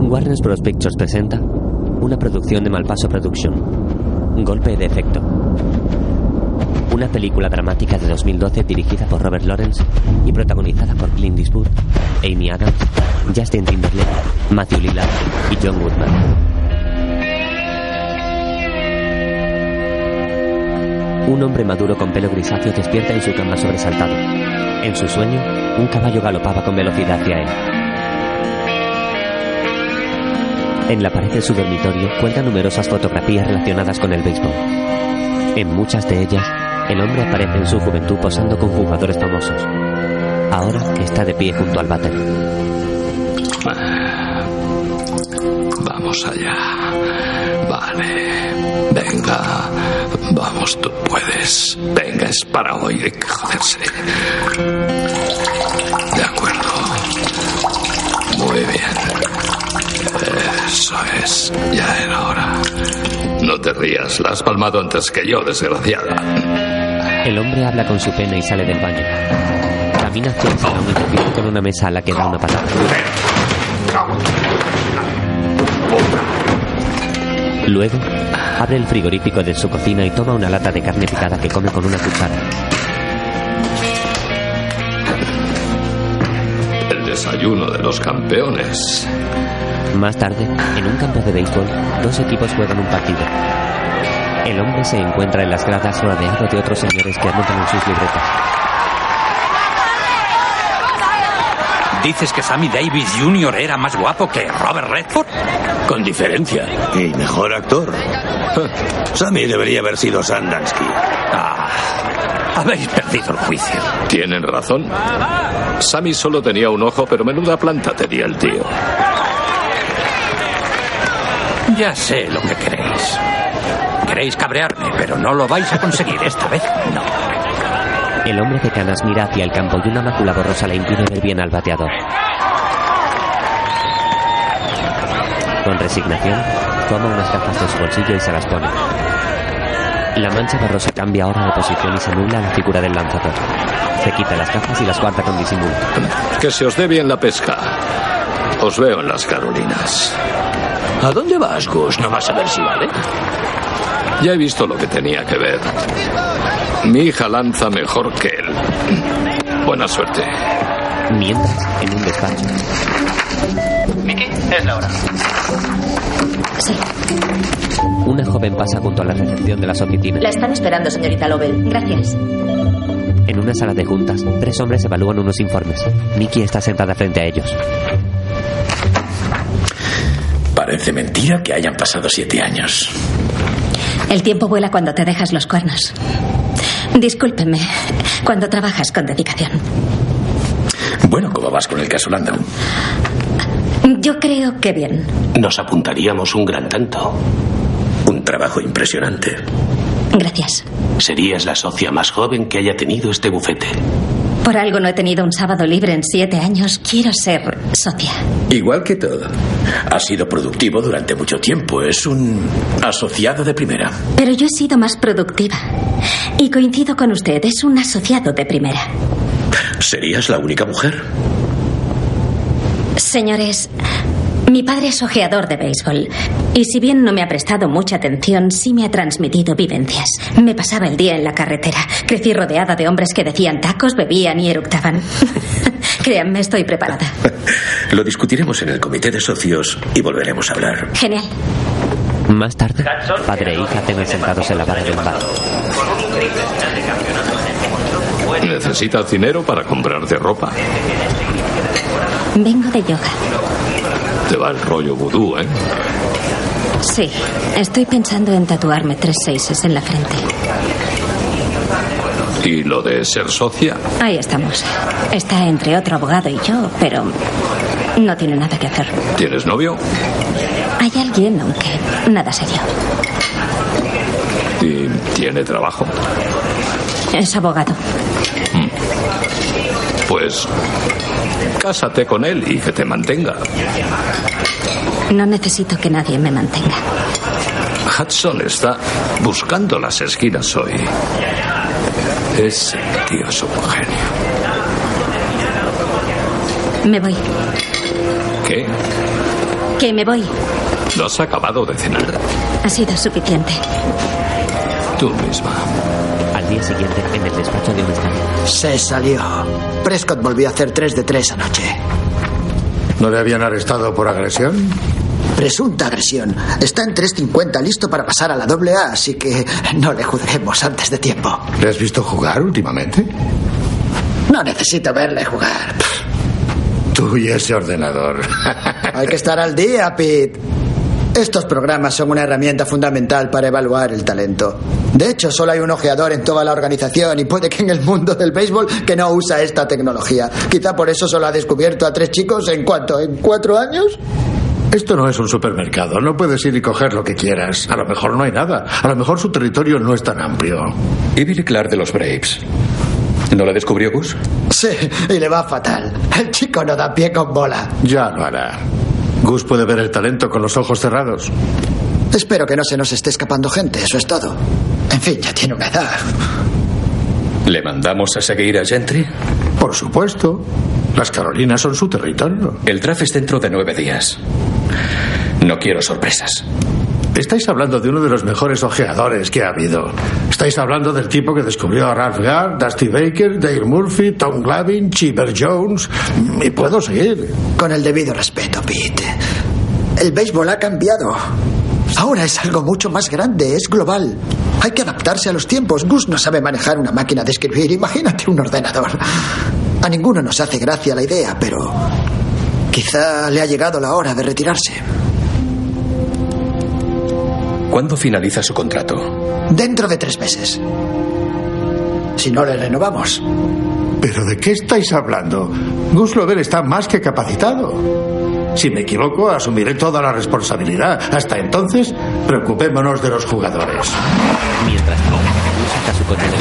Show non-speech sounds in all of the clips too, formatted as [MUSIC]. Warner Bros. Pictures presenta una producción de Malpaso Production. Golpe de efecto. Una película dramática de 2012 dirigida por Robert Lawrence y protagonizada por Clint Eastwood, Amy Adams, Justin Timberlake, Matthew Lillard y John Goodman. Un hombre maduro con pelo grisáceo despierta en su cama sobresaltado. En su sueño, un caballo galopaba con velocidad hacia él. En la pared de su dormitorio cuelga numerosas fotografías relacionadas con el béisbol. En muchas de ellas, el hombre aparece en su juventud posando con jugadores famosos. Ahora que está de pie junto al váter. Eh, Vamos allá. Vale. Venga. Vamos, tú puedes. Venga, es para hoy. Hay que joderse. De acuerdo. Muy bien. Eso es, ya era hora. No te rías, la has palmado antes que yo, desgraciada. El hombre habla con su pena y sale del baño. Camina hacia el salón y con una mesa a la que da una patada. Luego, abre el frigorífico de su cocina y toma una lata de carne picada que come con una cuchara. El desayuno de los campeones. Más tarde, en un campo de béisbol, dos equipos juegan un partido. El hombre se encuentra en las gradas rodeado de otros señores que anotan en sus libretas. ¿Dices que Sammy Davis Jr. era más guapo que Robert Redford? Con diferencia. Y mejor [LAUGHS] actor. Sammy debería haber sido Sandansky. Ah, habéis perdido el juicio. Tienen razón. Sammy solo tenía un ojo, pero menuda planta tenía el tío. Ya sé lo que queréis. Queréis cabrearme, pero no lo vais a conseguir esta vez. No. El hombre de canas mira hacia el campo y una mácula borrosa le impide ver bien al bateador. Con resignación, toma unas gafas de su bolsillo y se las pone. La mancha borrosa cambia ahora de posición y se nubla la figura del lanzador. Se quita las gafas y las guarda con disimulo. Que se os dé bien la pesca. Os veo en las Carolinas. ¿A dónde vas, Gus? ¿No vas a ver si vale? Ya he visto lo que tenía que ver. Mi hija lanza mejor que él. Buena suerte. Mientras, en un despacho. Miki, es la hora. Sí. Una joven pasa junto a la recepción de las oficinas. La están esperando, señorita Lovell. Gracias. En una sala de juntas, tres hombres evalúan unos informes. Miki está sentada frente a ellos. Parece mentira que hayan pasado siete años. El tiempo vuela cuando te dejas los cuernos. Discúlpeme, cuando trabajas con dedicación. Bueno, ¿cómo vas con el caso Landau? Yo creo que bien. Nos apuntaríamos un gran tanto. Un trabajo impresionante. Gracias. Serías la socia más joven que haya tenido este bufete. Por algo no he tenido un sábado libre en siete años. Quiero ser socia. Igual que todo. Ha sido productivo durante mucho tiempo. Es un asociado de primera. Pero yo he sido más productiva. Y coincido con usted. Es un asociado de primera. ¿Serías la única mujer? Señores, mi padre es ojeador de béisbol y si bien no me ha prestado mucha atención, sí me ha transmitido vivencias. Me pasaba el día en la carretera. Crecí rodeada de hombres que decían tacos, bebían y eructaban. [LAUGHS] Créanme, estoy preparada. Lo discutiremos en el comité de socios y volveremos a hablar. Genial. Más tarde, padre e hija temen sentados en la barra de un bar. ¿Necesitas dinero para comprarte ropa? Vengo de yoga. Te va el rollo vudú, ¿eh? Sí, estoy pensando en tatuarme tres seises en la frente. ¿Y lo de ser socia? Ahí estamos. Está entre otro abogado y yo, pero no tiene nada que hacer. ¿Tienes novio? Hay alguien, aunque nada serio. ¿Y tiene trabajo? Es abogado. Pues Cásate con él y que te mantenga. No necesito que nadie me mantenga. Hudson está buscando las esquinas hoy. Ese tío es un genio. Me voy. ¿Qué? Que me voy. ¿No has acabado de cenar? Ha sido suficiente. Tú misma. Al día siguiente, en el despacho de un extraño. Se salió. Prescott volvió a hacer 3 de 3 anoche. ¿No le habían arrestado por agresión? Presunta agresión. Está en 3.50, listo para pasar a la doble A, así que no le juzguemos antes de tiempo. ¿Le has visto jugar últimamente? No necesito verle jugar. Tú y ese ordenador. Hay que estar al día, Pete. Estos programas son una herramienta fundamental para evaluar el talento. De hecho, solo hay un ojeador en toda la organización y puede que en el mundo del béisbol que no usa esta tecnología. Quizá por eso solo ha descubierto a tres chicos en cuánto, en cuatro años. Esto no es un supermercado. No puedes ir y coger lo que quieras. A lo mejor no hay nada. A lo mejor su territorio no es tan amplio. ¿Y Billy Clark de los Braves? ¿No la descubrió Gus? Sí, y le va fatal. El chico no da pie con bola. Ya lo hará. Gus puede ver el talento con los ojos cerrados. Espero que no se nos esté escapando gente, eso es todo. En fin, ya tiene una edad. ¿Le mandamos a seguir a Gentry? Por supuesto. Las Carolinas son su territorio. El draft es dentro de nueve días. No quiero sorpresas. Estáis hablando de uno de los mejores ojeadores que ha habido. Estáis hablando del tipo que descubrió a Ralph Gard, Dusty Baker, Dale Murphy, Tom Glavin, Cheever Jones. Y puedo seguir. Con el debido respeto, Pete. El béisbol ha cambiado. Ahora es algo mucho más grande, es global. Hay que adaptarse a los tiempos. Gus no sabe manejar una máquina de escribir, imagínate un ordenador. A ninguno nos hace gracia la idea, pero quizá le ha llegado la hora de retirarse. ¿Cuándo finaliza su contrato? Dentro de tres meses. Si no le renovamos. ¿Pero de qué estáis hablando? Gus Lover está más que capacitado. Si me equivoco, asumiré toda la responsabilidad. Hasta entonces, preocupémonos de los jugadores. Mientras tanto, Gus saca su contenedor.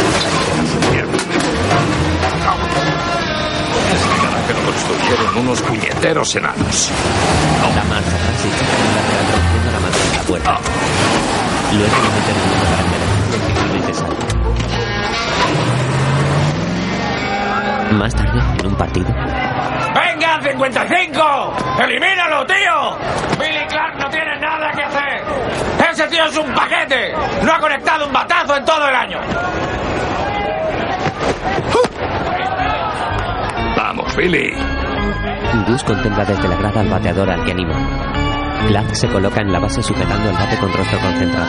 que lo construyeron unos puñeteros enanos. La marcha transita en la lateral rompiendo la marcha de la puerta. Luego lo meten en una barandera, finalmente sale. Más tarde, en un partido. ¡Venga, 55! ¡Elimínalo, tío! Billy Clark no tiene nada que hacer. Ese tío es un paquete. No ha conectado un batazo en todo el año. Vamos, Billy. Gus contempla desde la grada al bateador al que anima. Clark se coloca en la base sujetando el bate con rostro concentrado.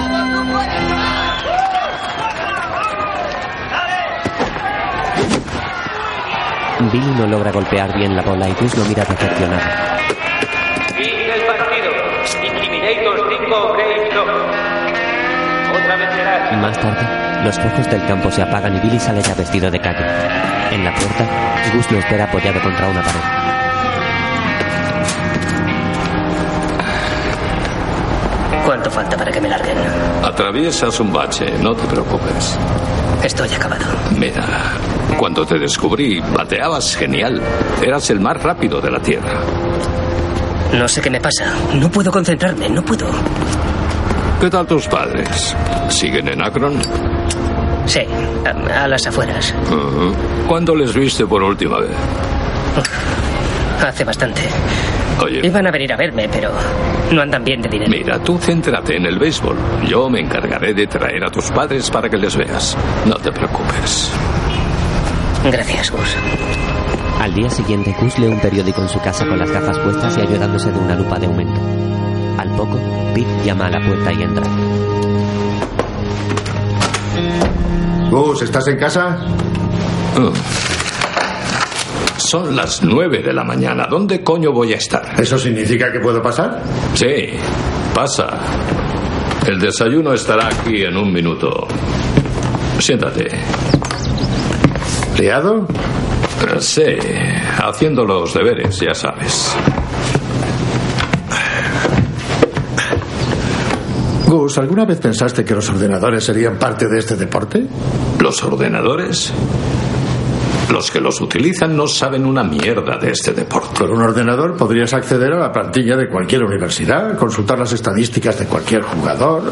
Billy no logra golpear bien la bola y Gus lo mira decepcionado. Fin del partido. Intimidator 5, Brave Otra vez será. Más tarde, los focos del campo se apagan y Billy sale ya vestido de calle. En la puerta, Gus lo espera apoyado contra una pared. ¿Cuánto falta para que me larguen? Atraviesas un bache, no te preocupes. Estoy acabado. Mira, cuando te descubrí, bateabas genial. Eras el más rápido de la Tierra. No sé qué me pasa. No puedo concentrarme, no puedo. ¿Qué tal tus padres? ¿Siguen en Akron? Sí, a, a las afueras. Uh -huh. ¿Cuándo les viste por última vez? Hace bastante. Oye. Iban a venir a verme, pero no andan bien de dinero. Mira, tú céntrate en el béisbol. Yo me encargaré de traer a tus padres para que les veas. No te preocupes. Gracias, Gus. Al día siguiente, Gus lee un periódico en su casa con las gafas puestas y ayudándose de una lupa de aumento. Al poco, Pete llama a la puerta y entra. Gus, ¿estás en casa? Uh. Son las nueve de la mañana. ¿Dónde coño voy a estar? ¿Eso significa que puedo pasar? Sí, pasa. El desayuno estará aquí en un minuto. Siéntate. ¿Liado? Sí, haciendo los deberes, ya sabes. Gus, ¿alguna vez pensaste que los ordenadores serían parte de este deporte? ¿Los ordenadores? Los que los utilizan no saben una mierda de este deporte. Con un ordenador podrías acceder a la plantilla de cualquier universidad, consultar las estadísticas de cualquier jugador.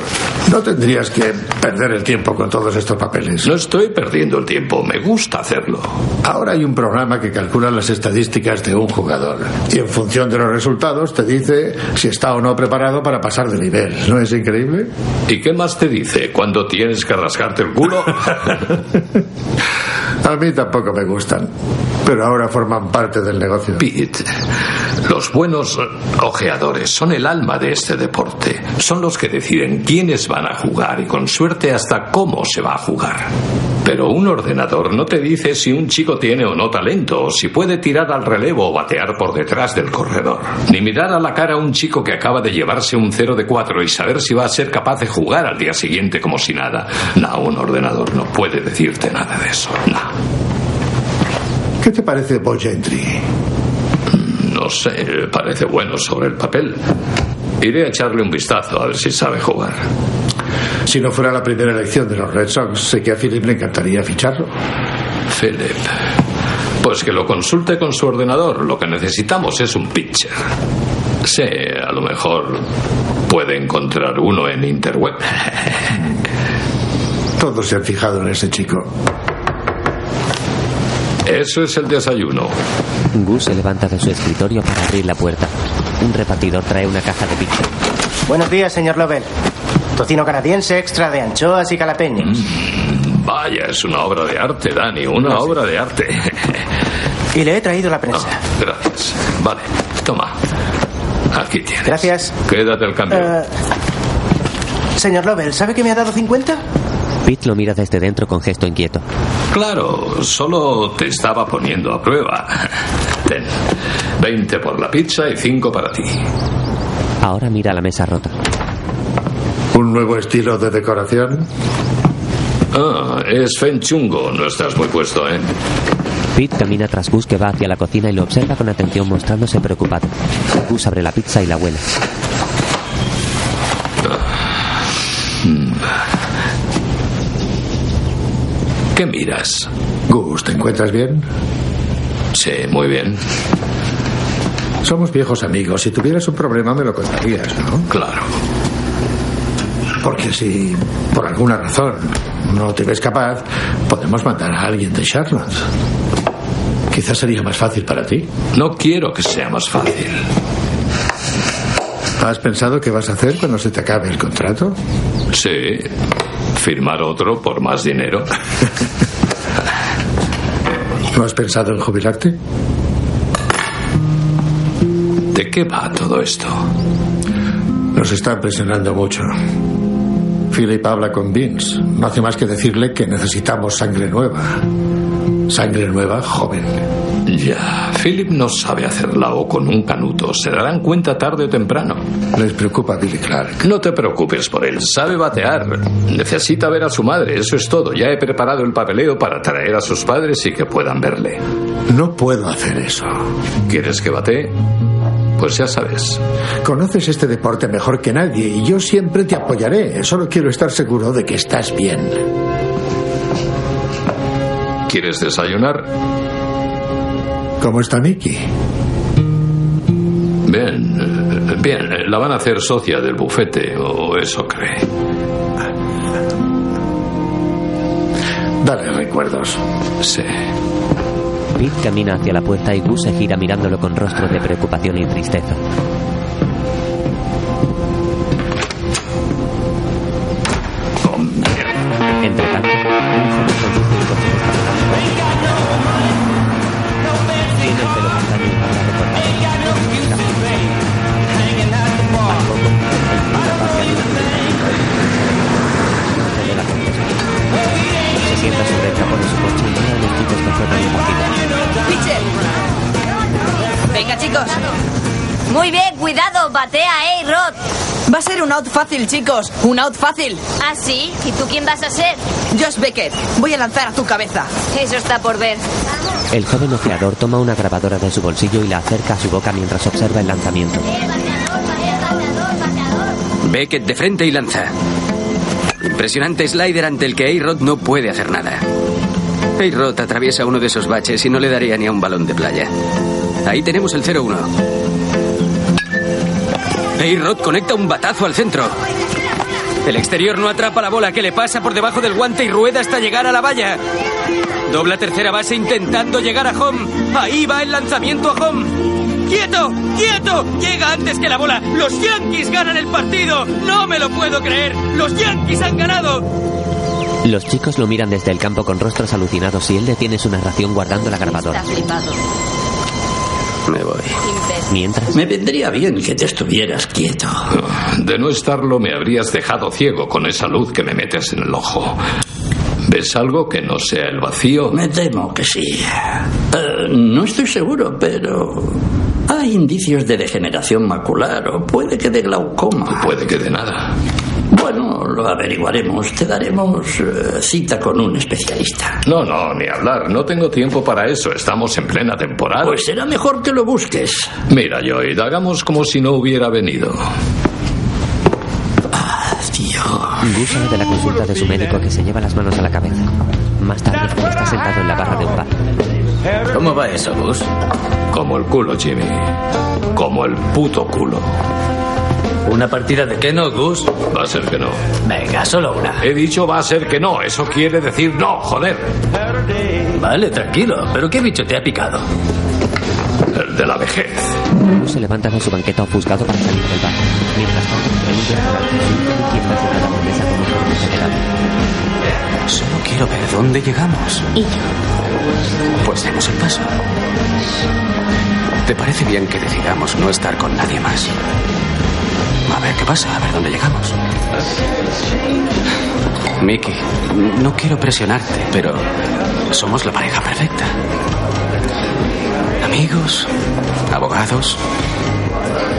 No tendrías que perder el tiempo con todos estos papeles. No estoy perdiendo el tiempo, me gusta hacerlo. Ahora hay un programa que calcula las estadísticas de un jugador y en función de los resultados te dice si está o no preparado para pasar de nivel. ¿No es increíble? ¿Y qué más te dice cuando tienes que rascarte el culo? A mí tampoco me gustan, pero ahora forman parte del negocio. Pete, los buenos ojeadores son el alma de este deporte. Son los que deciden quiénes van a jugar y con suerte hasta cómo se va a jugar. Pero un ordenador no te dice si un chico tiene o no talento, o si puede tirar al relevo o batear por detrás del corredor. Ni mirar a la cara a un chico que acaba de llevarse un 0 de 4 y saber si va a ser capaz de jugar al día siguiente como si nada. No, un ordenador no puede decirte nada de eso. No. ¿Qué te parece Bo Gentry? No sé, parece bueno sobre el papel. Iré a echarle un vistazo a ver si sabe jugar. Si no fuera la primera elección de los Red Sox, sé que a Philip le encantaría ficharlo. Philip. Pues que lo consulte con su ordenador. Lo que necesitamos es un pitcher. Sé, a lo mejor puede encontrar uno en Interweb. [LAUGHS] Todos se han fijado en ese chico. Eso es el desayuno. Gus se levanta de su escritorio para abrir la puerta. Un repartidor trae una caja de pizza. Buenos días, señor Lovell. Tocino canadiense, extra de anchoas y jalapeños. Mm, vaya, es una obra de arte, Dani, una No sé. obra de arte. [LAUGHS] Ah, Y le he traído la prensa. Gracias. Vale, toma. Aquí tienes. Gracias. Quédate el cambio. Eh, señor Lovell, ¿sabe que me ha dado 50? Pete lo mira desde dentro con gesto inquieto. Claro, solo te estaba poniendo a prueba. [LAUGHS] Ten, 20 por la pizza y 5 para ti. Ahora mira la mesa rota. ¿Un nuevo estilo de decoración? Ah, es Feng Chungo. No estás muy puesto, ¿eh? Pete camina tras Gus que va hacia la cocina y lo observa con atención mostrándose preocupado. Gus abre la pizza y la huele. ¿Qué miras? Gus, Pues ¿te encuentras bien? Sí, muy bien. Somos viejos amigos. Si tuvieras un problema me lo contarías, ¿no? Claro. Porque si por alguna razón no te ves capaz, podemos mandar a alguien de Charlotte. Quizás sería más fácil para ti. No quiero que sea más fácil. ¿Has pensado qué vas a hacer cuando se te acabe el contrato? Sí, firmar otro por más dinero. ¿No has pensado en jubilarte? ¿De qué va todo esto? Nos están presionando mucho. Philip habla con Vince. No hace más que decirle que necesitamos sangre nueva. Sangre nueva, joven. Ya, Philip no sabe hacerla o con un canuto. Se darán cuenta tarde o temprano. Les preocupa Billy Clark. No te preocupes por él, sabe batear. Necesita ver a su madre, eso es todo. Ya he preparado el papeleo para traer a sus padres y que puedan verle. No puedo hacer eso. ¿Quieres que batee? Pues ya sabes. Conoces este deporte mejor que nadie y yo siempre te apoyaré. Solo quiero estar seguro de que estás bien. ¿Quieres desayunar? ¿Cómo está Nicky? Bien, eh, bien, eh, la van a hacer socia del bufete, o eso cree. Dale recuerdos. Sí. Pete camina hacia la puerta y Gus se gira mirándolo con rostro de preocupación y tristeza. Entre tanto, un joven conduce un coche descapotable. Tiene el pelo castaño y barba recortada. Está Al poco, el cura pasa de una fila. Se ve la cortesana. Se sienta sobre el capó de su coche y mira a los chicos que juegan el partido. Mitchell. Venga, chicos. Muy bien, cuidado, batea, eh, Rod. Va a ser un out fácil, chicos. Un out fácil. Ah, sí, ¿y tú quién vas a ser? Josh Beckett, voy a lanzar a tu cabeza. Eso está por ver. El joven ojeador toma una grabadora de su bolsillo y la acerca a su boca mientras observa el lanzamiento. Beckett de frente y lanza. Impresionante slider ante el que a no puede hacer nada. Hey Roth atraviesa uno de esos baches y no le daría ni a un balón de playa. Ahí tenemos el 0-1. Hey Roth conecta un batazo al centro. El exterior no atrapa la bola que le pasa por debajo del guante y rueda hasta llegar a la valla. Dobla tercera base intentando llegar a home. Ahí va el lanzamiento a home. ¡Quieto! ¡Quieto! Llega antes que la bola. Los Yankees ganan el partido. No me lo puedo creer. Los Yankees han ganado. Los chicos lo miran desde el campo con rostros alucinados y él detiene su narración guardando la grabadora. flipado. Me voy. Mientras. Me vendría bien que te estuvieras quieto. De no estarlo me habrías dejado ciego con esa luz que me metes en el ojo. ¿Ves algo que no sea el vacío? Me temo que sí. Eh, no estoy seguro, pero hay indicios de degeneración macular o puede que de glaucoma. Puede que de nada. Bueno, lo averiguaremos. Te daremos eh, cita con un especialista. No, no, ni hablar. No tengo tiempo para eso. Estamos en plena Ah, temporada. Pues será mejor que lo busques. Mira, Lloyd, hagamos como si no hubiera venido. Gusa de la consulta de su médico que se lleva las manos a la cabeza. Más tarde, está sentado en la barra de un bar. ¿Cómo va eso, Gus? Como el culo, Jimmy. Como el puto culo. ¿Una partida de qué no, Gus? Eh, Va a ser que no. Venga, solo una. He dicho va a ser que no. Eso quiere decir no, joder. Vale, tranquilo. ¿Pero qué bicho te ha picado? El de la vejez. Gus se levanta de su banqueta ofuscado para salir del bar. Mientras tanto, en un restaurante, su hijo izquierda se trata de mesa con un joven general. Solo quiero ver dónde llegamos. Y yo. Pues demos el paso. ¿Te parece bien que decidamos no estar con nadie más? A ver qué pasa, a ver dónde llegamos. Mickey, no quiero presionarte, pero somos la pareja perfecta. Amigos, abogados.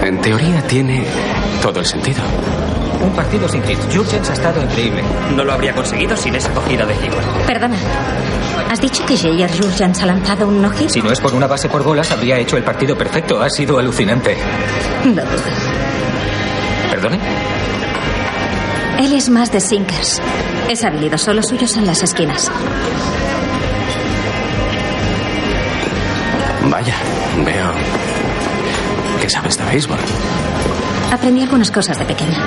En teoría tiene todo el sentido. Un partido sin hits. Jurgens ha estado increíble. No lo habría conseguido sin esa cogida de Higor. Perdona. ¿Has dicho que Jair Jurgens ha lanzado un no hit? Si no es por una base por bolas, habría hecho el partido perfecto. Ha sido alucinante. Lo dudo. ¿Perdone? Él es más de sinkers. Es habilidoso. Los suyos en las esquinas. Vaya, veo que sabes de béisbol. Aprendí algunas cosas de pequeña.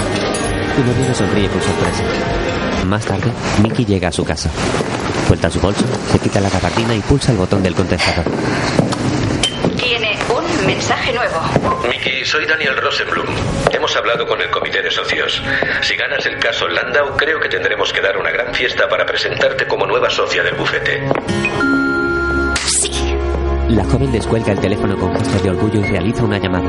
Uno de ellos sonríe con sorpresa. Más tarde, Mickey llega a su casa. Suelta su bolso, se quita la gabardina y pulsa el botón del contestador. Tiene un mensaje nuevo. Miki, soy Daniel Rosenblum. Hemos hablado con el comité de socios. Si ganas el caso Landau, creo que tendremos que dar una gran fiesta para presentarte como nueva socia del bufete. La joven descuelga el teléfono con gesto de orgullo y realiza una llamada.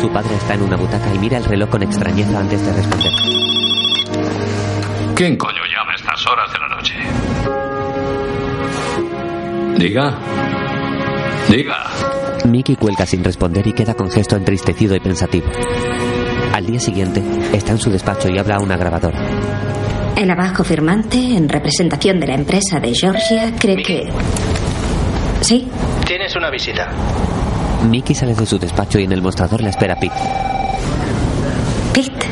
Su padre está en una butaca y mira el reloj con extrañeza antes de responder. ¿Quién coño llama a estas horas de la noche? Diga. Diga. Mickey cuelga sin responder y queda con gesto entristecido y pensativo. Al día siguiente, está en su despacho y habla a una grabadora. El abajo firmante, en representación de la empresa de Georgia, cree que... ¿Sí? Tienes una visita. Mickey sale de su despacho y en el mostrador la espera Pete. Pete,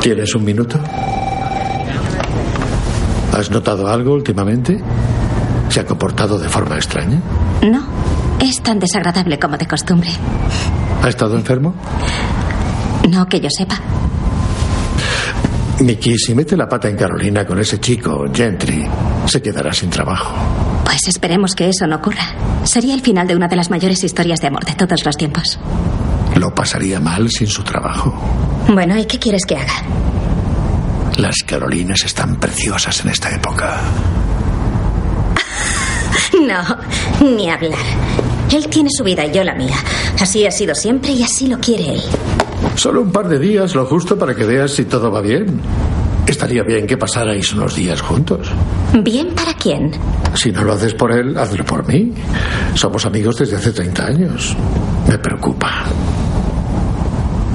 ¿Tienes un minuto? ¿Has notado algo últimamente? ¿Se ha comportado de forma extraña? no. Es tan desagradable como de costumbre. ¿Ha estado enfermo? No que yo sepa. Nicky, si mete la pata en Carolina con ese chico, Gentry, se quedará sin trabajo. Pues esperemos que eso no ocurra. Sería el final de una de las mayores historias de amor de todos los tiempos. Lo pasaría mal sin su trabajo. Bueno, ¿y qué quieres que haga? [LAUGHS] Las Carolinas están preciosas en esta época. No, ni hablar. Él tiene su vida y yo la mía. Así ha sido siempre y así lo quiere él. Solo un par de días, lo justo para que veas si todo va bien. Estaría bien que pasarais unos días juntos. ¿Bien para quién? Si no lo haces por él, hazlo por mí. Somos amigos desde hace 30 años. Me preocupa.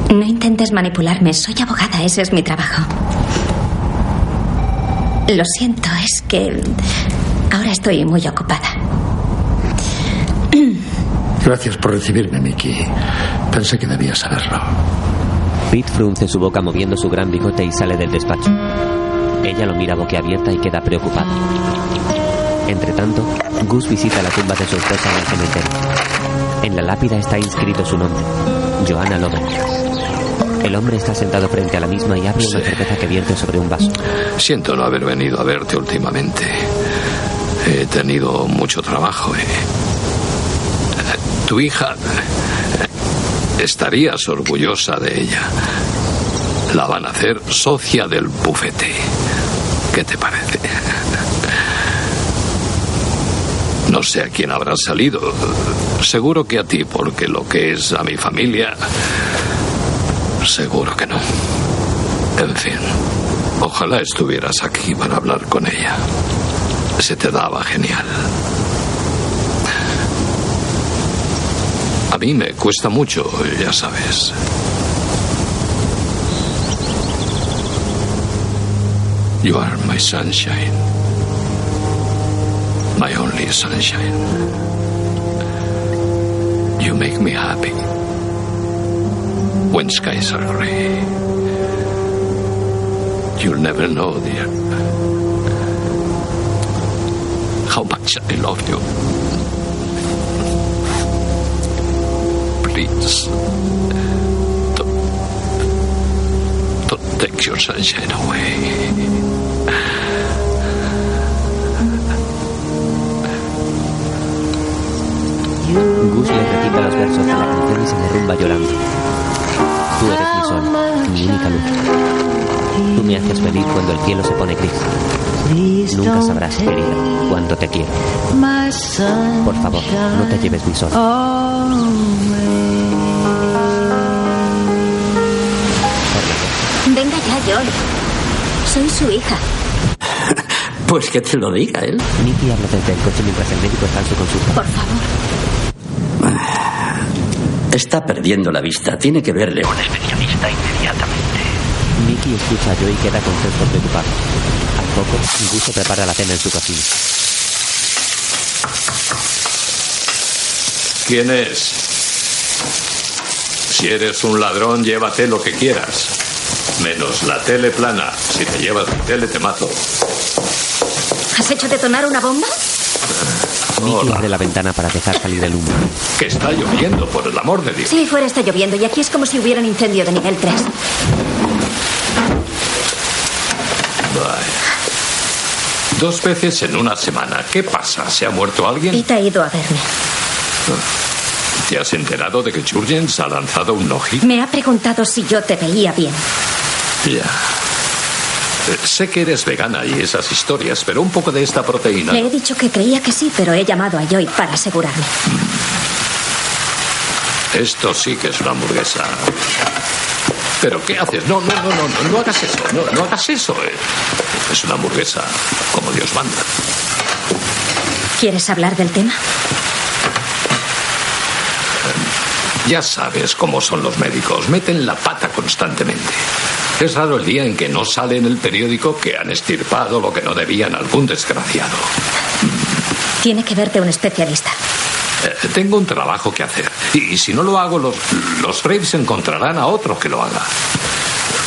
No intentes manipularme, soy abogada, ese es mi trabajo. Lo siento, es que ahora estoy muy ocupada. Gracias por recibirme, Mickey. Pensé que debías saberlo. Pete frunce su boca moviendo su gran bigote y sale del despacho. Ella lo mira boquiabierta y queda preocupada. Entre tanto, Gus visita la tumba de su esposa en el cementerio. En la lápida está inscrito su nombre, Joanna Logan. El hombre está sentado frente a la misma y abre una cerveza que vierte sobre un vaso. Siento no haber venido a verte últimamente. He tenido mucho trabajo. eh. Tu hija. eh, Estarías orgullosa de ella. La van a hacer socia del bufete. ¿Qué te parece? No sé a quién habrá salido. Seguro que a ti, porque lo que es a mi familia. Seguro que no. En fin, ojalá estuvieras aquí para hablar con ella. Se te daba genial. A mí me cuesta mucho, ya sabes. You are my sunshine. My only sunshine. You make me happy. When skies are gray. You'll never know, dear, how much I love you. Please, don't, don't take your sunshine away. Gus le recita los versos de la canción y se derrumba llorando. Tú eres mi sol, mi única luz. Tú me haces feliz cuando el cielo se pone gris. Nunca sabrás, querida, cuánto te quiero. My son. Por favor, no te lleves mi sol. Oh, Venga ya, John. Soy su hija. Pues que te lo diga él. Nicky habla desde el coche mientras el médico está en su consulta. Por favor. Está perdiendo la vista. Tiene que verle un especialista inmediatamente. Nicky escucha a Joe y queda con gesto preocupado. Al poco, Gus se prepara la cena en su cocina. ¿Quién es? Si eres un ladrón, llévate lo que quieras. Menos la tele plana. Si te llevas mi tele, te mato. ¿Has hecho detonar una bomba? Nicky abre la ventana para dejar salir el humo. Que está lloviendo, por el amor de Dios. Sí, fuera está lloviendo y aquí es como si hubiera un incendio de nivel 3. Vaya. Dos veces en una semana. ¿Qué pasa? ¿Se ha muerto alguien? Pete ha ido a verme. ¿Te has enterado de que Jurgens ha lanzado un ojito? Me ha preguntado si yo te veía bien. Ya. Eh, Sé que eres vegana y esas historias, pero un poco de esta proteína. Le he dicho que creía que sí, pero he llamado a Joy para asegurarme. Esto sí que es una hamburguesa. ¿Pero qué haces? No, no, no, no, no, no hagas eso. No, no hagas eso. eh. Es una hamburguesa como Dios manda. ¿Quieres hablar del tema? Ya sabes cómo son los médicos. Meten la pata constantemente. Es raro el día en que no sale en el periódico que han estirpado lo que no debían a algún desgraciado. Tiene que verte un especialista. Eh, tengo un trabajo que hacer. Y, si no lo hago, los, los Braves encontrarán a otro que lo haga.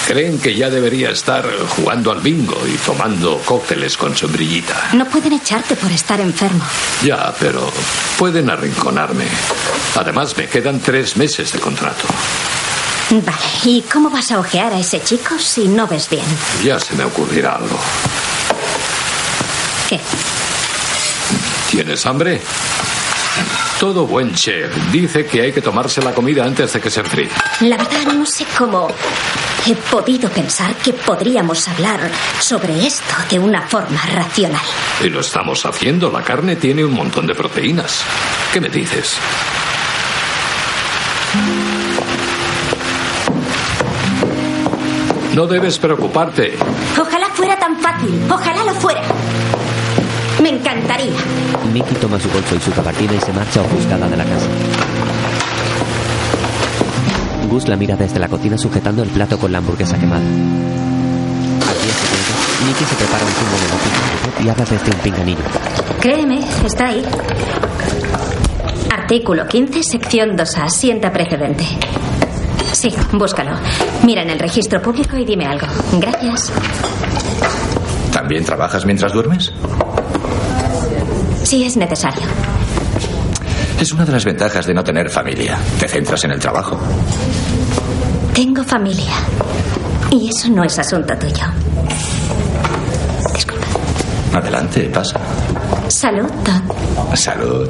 Creen que ya debería estar jugando al bingo y tomando cócteles con sombrillita. No pueden echarte por estar enfermo. Ya, pero pueden arrinconarme. Además, me quedan tres meses de contrato. Vale, ¿y cómo vas a ojear a ese chico si no ves bien? Ya se me ocurrirá algo. ¿Qué? ¿Tienes hambre? Todo buen chef dice que hay que tomarse la comida antes de que se enfríe. La verdad no sé cómo he podido pensar que podríamos hablar sobre esto de una forma racional. Y lo estamos haciendo. La carne tiene un montón de proteínas. ¿Qué me dices? No debes preocuparte. Ojalá fuera tan fácil, ojalá lo fuera. Me encantaría. Nicky toma su bolso y su gabardina y se marcha ofuscada de la casa. Gus la mira desde la cocina sujetando el plato con la hamburguesa quemada. Al día siguiente, Nicky se prepara un zumo de botín y habla desde un pinganillo. Créeme, está ahí. Artículo 15, sección 2A, sienta precedente. Sí, búscalo. Mira en el registro público y dime algo. Gracias. ¿También trabajas mientras duermes? Si es necesario. Es una de las ventajas de no tener familia. Te centras en el trabajo. Tengo familia. Y eso no es asunto tuyo. Adelante, pasa. Salud, Todd. Salud.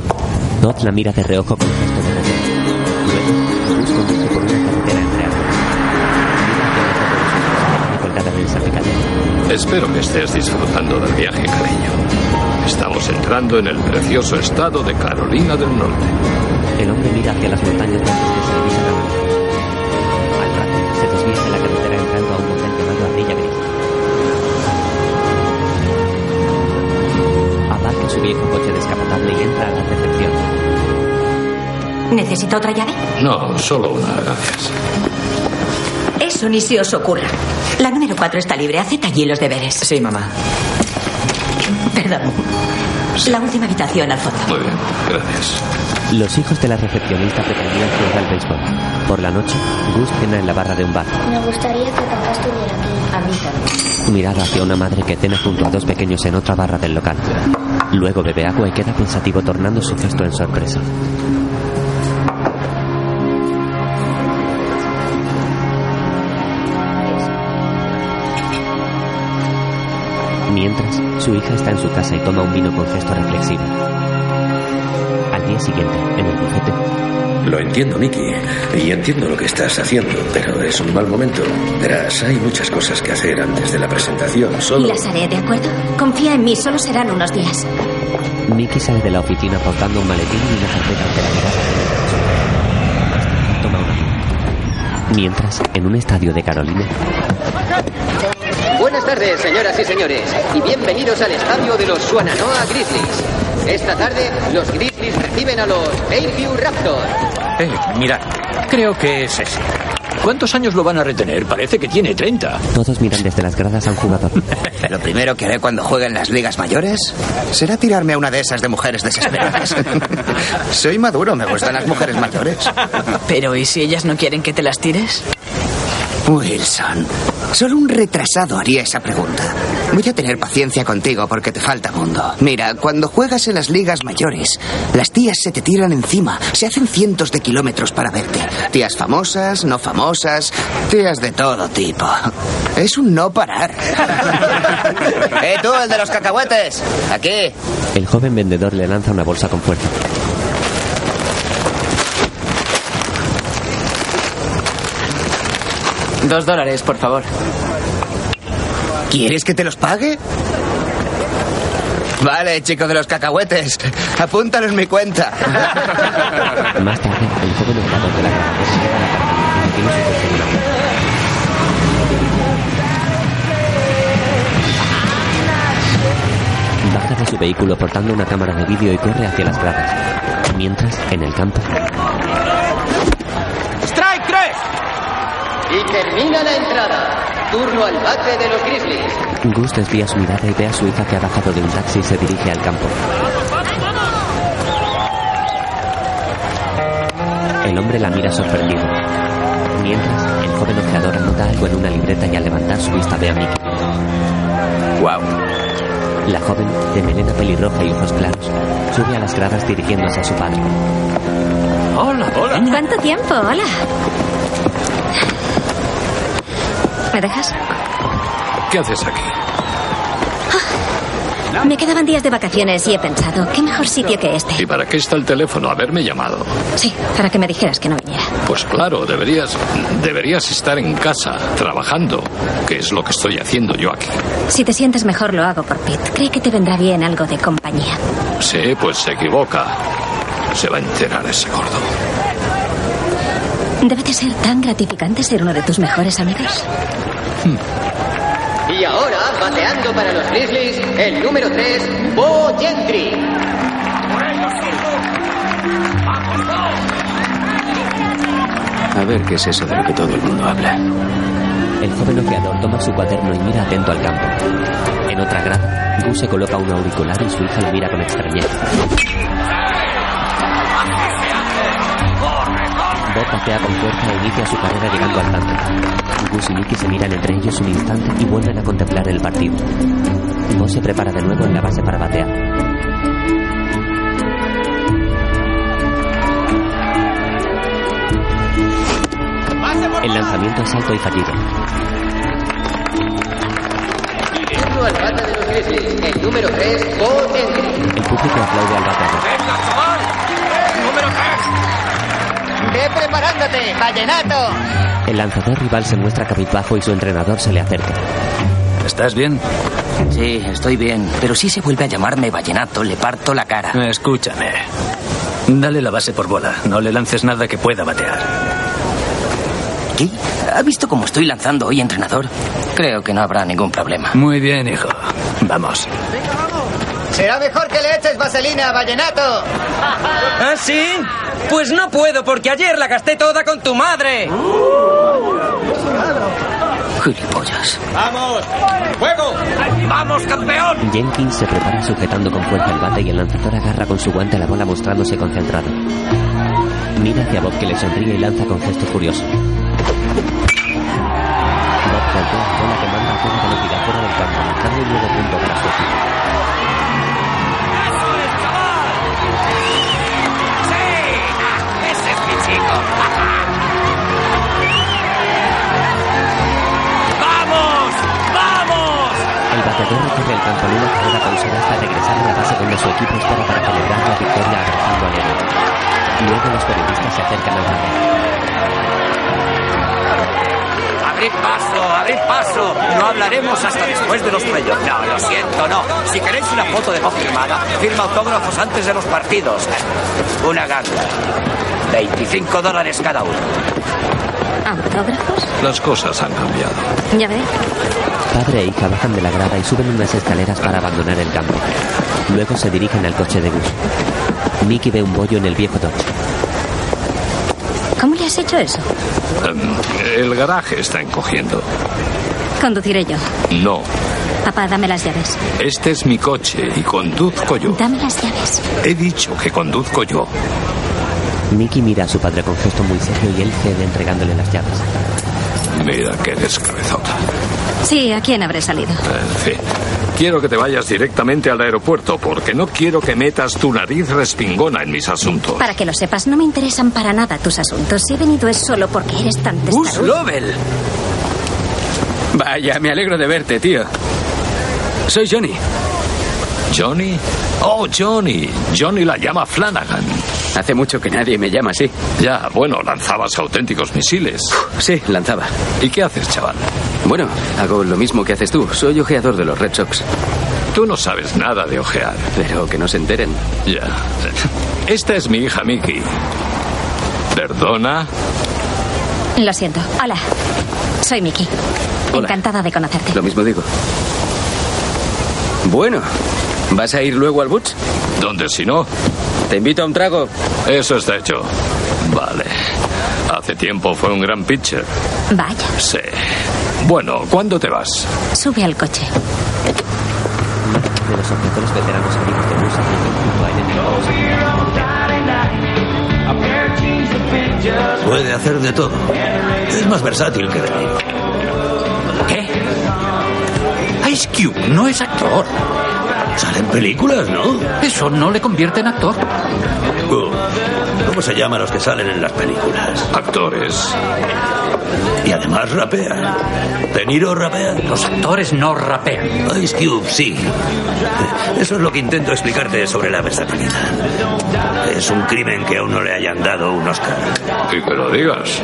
Todd la mira de reojo con gesto de rechazo. Luego, Luz conduce por una carretera entre árboles. Mira que colgada del salpicadero. Espero que estés disfrutando del viaje, cariño. Estamos entrando en el precioso estado de Carolina del Norte. El hombre mira hacia las montañas blancas que se divisan al horizonte. Al rato, se desvía de la carretera entrando a un hotel llamado Ardilla Gris. Aparca su viejo coche descapotable y entra a la recepción. ¿Necesita otra llave? No, solo una, gracias. Eso ni se os ocurra. La número 4 está libre. Haced allí los deberes. Sí, mamá. Perdón. La última habitación al fondo. Muy bien, gracias. Los hijos de la recepcionista pretendían jugar al béisbol. Por la noche, Gus cena en la barra de un bar. Me gustaría que papá estuviera aquí. A mí también. Mirada hacia una madre que cena junto a dos pequeños en otra barra del local. Luego bebe agua y queda pensativo tornando su gesto en sorpresa. Mientras, su hija está en su casa y toma un vino con gesto reflexivo. Al día siguiente, en el bufete, Lo entiendo, Mickey, y entiendo lo que estás haciendo, pero es un mal momento. Verás, hay muchas cosas que hacer antes de la presentación, solo... Las haré, ¿de acuerdo? Confía en mí, solo serán unos días. Mickey sale de la oficina portando un maletín y una carpeta ante la mirada. Toma una. Mientras, en un estadio de Carolina, Buenas tardes, señoras y señores, y bienvenidos al estadio de los Suananoa Grizzlies. Esta tarde, los Grizzlies reciben a los Bayview Raptors. Eh, mirad, creo que es ese. ¿Cuántos años lo van a retener? Parece que tiene 30. todos miran desde las gradas a un jugador. Lo primero que haré cuando juegue en las ligas mayores será tirarme a una de esas de mujeres [LAUGHS] desesperadas. Soy maduro, me gustan las mujeres mayores. Pero ¿y si ellas no quieren que te las tires? Wilson, Pues, solo un retrasado haría esa pregunta. Voy a tener paciencia contigo porque te falta mundo. Mira, cuando juegas en las ligas mayores, las tías se te tiran encima, se hacen cientos de kilómetros para verte. Tías famosas, no famosas, tías de todo tipo. Es un no parar. ¡Eh, tú, el de los cacahuetes! ¡Aquí! El joven vendedor le lanza una bolsa con fuerza. Dos dólares, por favor. ¿Quieres que te los pague? Vale, chico de los cacahuetes, apúntalo en mi cuenta. Más tarde, el joven jugador de la grada se queda en la carretera y tiene su coche en la mano. Baja de su vehículo portando una cámara de vídeo y corre hacia las gradas. Mientras, en el campo, ¡Strike 3! Y termina la entrada. Turno al bate de los Grizzlies. Gus desvía su mirada y ve a su hija que ha bajado de un taxi y se dirige al campo. El hombre la mira sorprendido. Mientras, el joven ojeador anota algo en una libreta y al levantar su vista ve a Mickey. ¡Guau! La joven, de melena pelirroja y ojos claros, sube a las gradas dirigiéndose a su padre. Hola, hola. ¿Cuánto tiempo? Hola. ¿Me dejas? ¿Qué haces aquí? Me quedaban días de vacaciones y he pensado, ¿qué mejor sitio que este? ¿Y para qué está el teléfono? Haberme llamado. Sí, para que me dijeras que no viniera. Pues claro, deberías, deberías estar en casa, trabajando, que es lo que estoy haciendo yo aquí. Si te sientes mejor, lo hago por Pete. Cree que te vendrá bien algo de compañía. Sí, pues se equivoca. Se va a enterar ese gordo. Debe de ser tan gratificante ser uno de tus mejores amigos. [LAUGHS] Y ahora, bateando para los Grizzlies, el número 3, Bo Gentry. A ver qué es eso de lo que todo el mundo habla. El joven ojeador toma su cuaderno y mira atento al campo. En otra grada, Gus se coloca un auricular y su hija lo mira con extrañeza. Bob patea con fuerza e inicia su carrera llegando al tanto. Gus y Nicky se miran entre ellos un instante y vuelven a contemplar el partido. Bob se prepara de nuevo en la base para batear. El lanzamiento es alto y fallido. Turno al bate de los Grizzlies, el número 3, Bo Henry. El público aplaude al bateador. ¡Ve preparándote, vallenato! El lanzador rival se muestra cabizbajo y su entrenador se le acerca. ¿Estás bien? Sí, estoy bien. Pero si se vuelve a llamarme vallenato, le parto la cara. Escúchame. Dale la base por bola. No le lances nada que pueda batear. ¿Qué? ¿Ha visto cómo estoy lanzando hoy, entrenador? Creo que no habrá ningún problema. Muy bien, hijo. Vamos. Será mejor que le eches vaselina a Vallenato. ¿Ah, sí? Pues no puedo, porque ayer la gasté toda con tu madre. Gilipollas. ¡Vamos! ¡Fuego! ¡Vamos, campeón! Jenkins se prepara sujetando con fuerza el bate y el lanzador agarra con su guante la bola mostrándose concentrado. Mira hacia Bob que le sonríe y lanza con gesto furioso. Bob golpea la bola que manda a toda velocidad fuera del campo, marcando un nuevo punto para su equipo. ¡Eso es, chaval! ¡Sí! ¡Ese es mi chico! ¡Vamos! ¡Vamos! El bateador recorre el campo en una carrera con solo hasta regresar a la base donde su equipo espera para celebrar la victoria abrazando al héroe. Luego los periodistas se acercan al bate. Abrid paso, abrid paso. No hablaremos hasta después de los playoffs. No, lo siento, no. Si queréis una foto de voz firmada, firma autógrafos antes de los partidos. Una ganga. 25 dólares cada uno. ¿Autógrafos? Las cosas han cambiado. Ya ves. Padre e hija bajan de la grada y suben unas escaleras para abandonar el campo. Luego se dirigen al coche de Gus. Mickey ve un bollo en el viejo Dodge. ¿Cómo le has hecho eso? Em, El garaje está encogiendo. Conduciré yo. No, Papá, dame las llaves. este es mi coche y conduzco yo. Dame las llaves. He dicho que conduzco yo. Nicky mira a su padre con gesto muy serio y él cede entregándole las llaves. Mira qué descabezota. Sí, ¿a quién habré salido? En fin. Quiero que te vayas directamente al aeropuerto porque no quiero que metas tu nariz respingona en mis asuntos. Para que lo sepas, no me interesan para nada tus asuntos. Si he venido es solo porque eres tan ¡Gus testarudo. Lovell! Vaya, me alegro de verte, tío. Soy Johnny. ¿Johnny? Oh, Johnny. Johnny la llama Flanagan. Hace mucho que nadie me llama así. Ya, bueno, lanzabas auténticos misiles. Sí, lanzaba. ¿Y qué haces, chaval? Bueno, hago lo mismo que haces tú. Soy ojeador de los Red Sox. Tú no sabes nada de ojear. Pero que no se enteren. Ya. Esta es mi hija Mickey. Perdona. Lo siento. Hola. Soy Miki. Hola. Encantada de conocerte. Lo mismo digo. Bueno, ¿vas a ir luego al Butch? ¿Dónde si no? Te invito a un trago. Eso está hecho. Vale. Hace tiempo fue un gran pitcher. Vaya, Sí. Bueno, ¿cuándo te vas? sube al coche. De los objetores veteranos amigos de Gus haciendo junto a él en el Puede hacer de todo. Es más versátil que Denny. ¿Qué? Ice Cube no es actor. Salen películas, ¿no? Eso no le convierte en actor. Uh, ¿Cómo se llaman los que salen en las películas? Actores. Y además rapean. De Niro rapea. Los actores no rapean. Ice Cube sí. Eso es lo que intento explicarte sobre la versatilidad. Es un crimen que aún no le hayan dado un Oscar. Y que lo digas.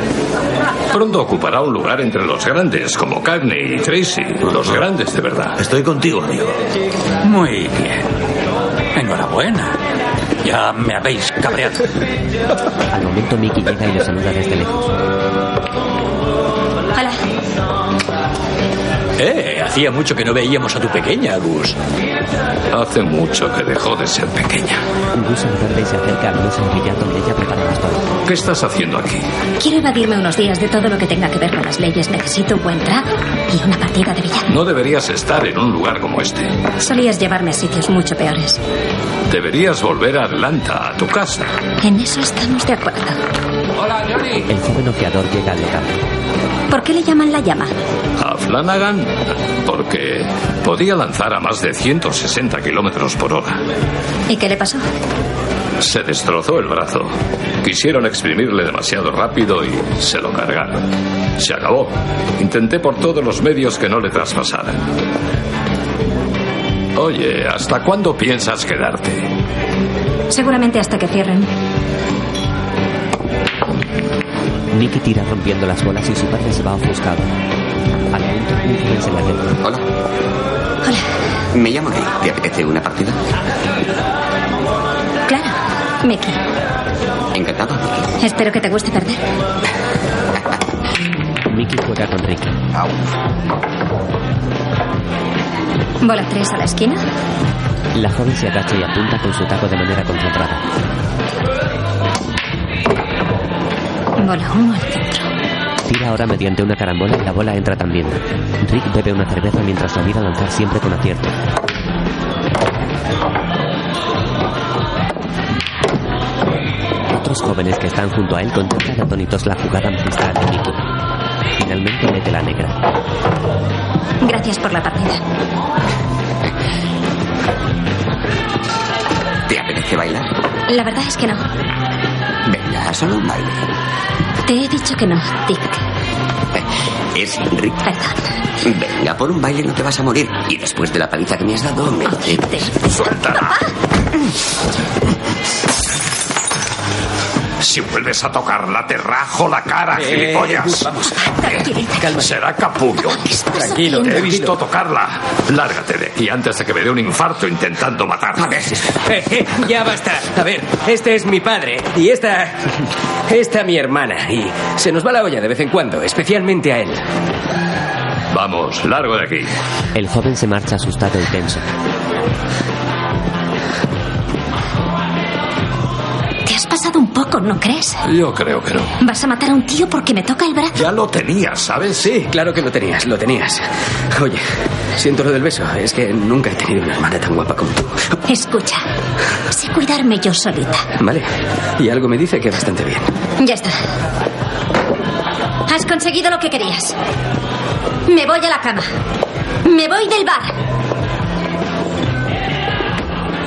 Pronto ocupará un lugar entre los grandes, como Cagney y Tracy. Los grandes de verdad. Estoy contigo, amigo. Muy bien. Enhorabuena. Ya me habéis [LAUGHS] cabreado. Al momento Mickey llega y lo saluda desde lejos. Hola. Eh, hacía mucho que no veíamos a tu pequeña, Gus. Hace mucho que dejó de ser pequeña. Gus observa y se acerca a la mesa brillante donde ella prepara las bolas. ¿Qué estás haciendo aquí? Quiero evadirme unos días de todo lo que tenga que ver con las leyes. Necesito un buen trago y una partida de billar. No deberías estar en un lugar como este. Solías llevarme a sitios mucho peores. Deberías volver a Atlanta, a tu casa. En eso estamos de acuerdo. Hola, Johnny. El joven ojeador llega al local. ¿Por qué le llaman la llama? A Flanagan, porque podía lanzar a más de 160 kilómetros por hora. ¿Y qué le pasó? Se destrozó el brazo. Quisieron exprimirle demasiado rápido y se lo cargaron. Se acabó. Intenté por todos los medios que no le traspasaran. Oye, ¿hasta cuándo piensas quedarte? Seguramente hasta que cierren. Nicky tira rompiendo las bolas y su padre se va ofuscado. Al punto, un joven se le acerca. Hola. Me llamo Nick. ¿Te apetece una partida? Claro, Mickey. Encantado. Espero que te guste perder. Mickey juega con Ricky. Bola 3 a la esquina. La joven se agacha y apunta con su taco de manera concentrada. Bola 1 al centro. Tira ahora mediante una carambola y la bola entra también. Rick bebe una cerveza mientras lo mira lanzar siempre con acierto. Otros jóvenes que están junto a él contemplan atónitos la jugada magistral de Nicky. Finalmente mete la negra. Gracias por la partida. ¿Te apetece bailar? La verdad es que no. Venga, solo un baile. Te he dicho que no, Dick. Es Rick. Venga, por un baile no te vas a morir. Y después de la paliza que me has dado, me Suéltala. Si vuelves a tocarla, te rajo la cara, Eh, Eh, gilipollas. Vamos. Tranquilidad. Será capullo. Tranquilo, Te he tranquilo. visto tocarla. Lárgate de aquí antes de que me dé un infarto intentando matarme. Eh, eh, [LAUGHS] ya basta. A ver, este es mi padre y esta. Esta mi hermana. Y se nos va la olla de vez en cuando, especialmente a él. Vamos, largo de aquí. El joven se marcha asustado y tenso. Te has pasado un poco, ¿no crees? Yo creo que no. ¿Vas a matar a un tío porque me toca el brazo? Ya lo tenías, ¿sabes? Sí, claro que lo tenías, lo tenías. Oye, siento lo del beso. Es que nunca he tenido una hermana tan guapa como tú. Escucha, sé cuidarme yo solita. Vale. Y algo me dice que bastante bien. Ya está. Has conseguido lo que querías. Me voy a la cama. Me voy del bar.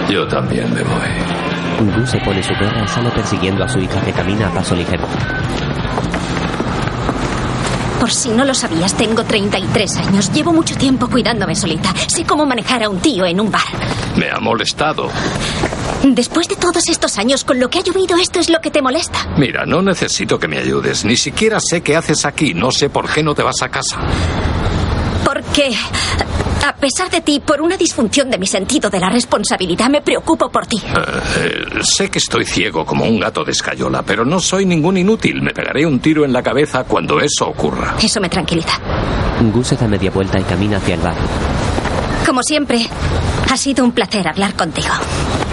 Yo también me voy. Gu se pone su gorra y sale persiguiendo a su hija que camina a paso ligero. Por si no lo sabías, tengo 33 años. Llevo mucho tiempo cuidándome solita. Sé cómo manejar a un tío en un bar. Me ha molestado. Después de todos estos años, con lo que ha llovido, esto es lo que te molesta. Mira, no necesito que me ayudes. Ni siquiera sé qué haces aquí. No sé por qué no te vas a casa. Porque, a pesar de ti, por una disfunción de mi sentido de la responsabilidad, me preocupo por ti. Eh, sé que estoy ciego como un gato de escayola, pero no soy ningún inútil. Me pegaré un tiro en la cabeza cuando eso ocurra. Eso me tranquiliza. Gu se da media vuelta y camina hacia el bar. Como siempre, ha sido un placer hablar contigo.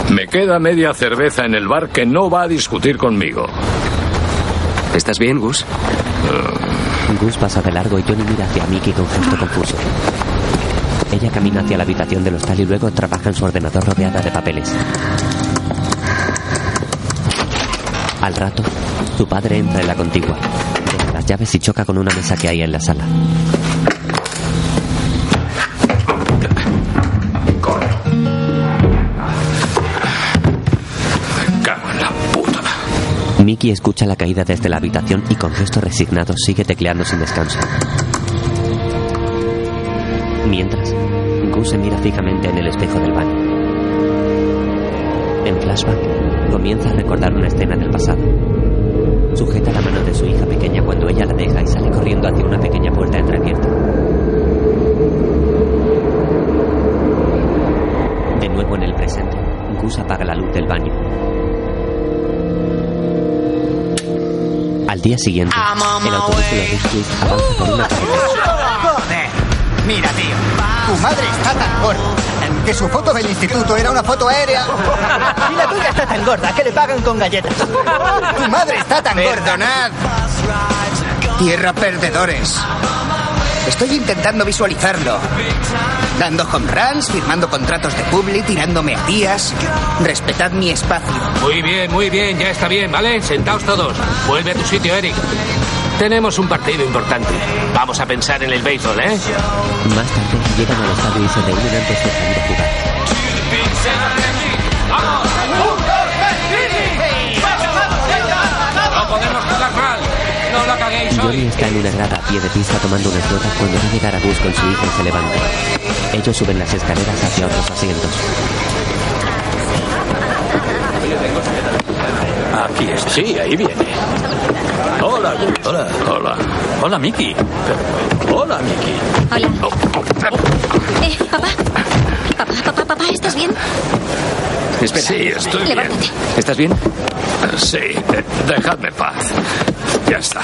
Me queda media cerveza en el bar que no va a discutir conmigo. ¿Estás bien, Gus? Gus pasa de largo y Johnny mira hacia Mickey con gesto confuso. Ella camina hacia la habitación del hostal y luego trabaja en su ordenador rodeada de papeles. Al rato, su padre entra en la contigua, deja las llaves y choca con una mesa que hay en la sala. Me cago en la puta. Mickey escucha la caída desde la habitación y con gesto resignado sigue tecleando sin descanso. Mientras, Gus se mira fijamente en el espejo del baño. En flashback, comienza a recordar una escena del pasado. Sujeta la mano de su hija pequeña cuando ella la deja y sale corriendo hacia una pequeña puerta entreabierta. De nuevo en el presente, Gus apaga la luz del baño. Al día siguiente, el autobús de los Beasties avanza por una carretera. ¡Joder! Mira, tío. Tu madre está tan gorda que su foto del instituto era una foto aérea. Y la tuya está tan gorda que le pagan con galletas. Tu madre está tan gorda. Perdonad. Tierra perdedores. Estoy intentando visualizarlo. Dando home runs, firmando contratos de publi, tirándome a días. Respetad mi espacio. Muy bien, muy bien, ya está bien, ¿vale? Sentaos todos. Vuelve a tu sitio, Eric. Tenemos un partido importante. Vamos a pensar en el béisbol, ¿eh? Más tarde llegan al estadio y se reúnen antes de salir a jugar. No podemos jugar mal. No la caguéis Johnny está en una grada a pie de pista tomando unas notas cuando ve llegar a Gus con su hija y se levanta. Ellos suben las escaleras hacia otros asientos. Aquí está. Sí, ahí viene. Hola, hola, hola. Hola, Mickey. Oh, Hola, Mickey. Hola. Eh, papá. Papá, papá, papá, ¿estás bien? Espera. Sí, estoy bien. Levántate. ¿Estás bien? Sí, eh, dejadme en paz. Ya está.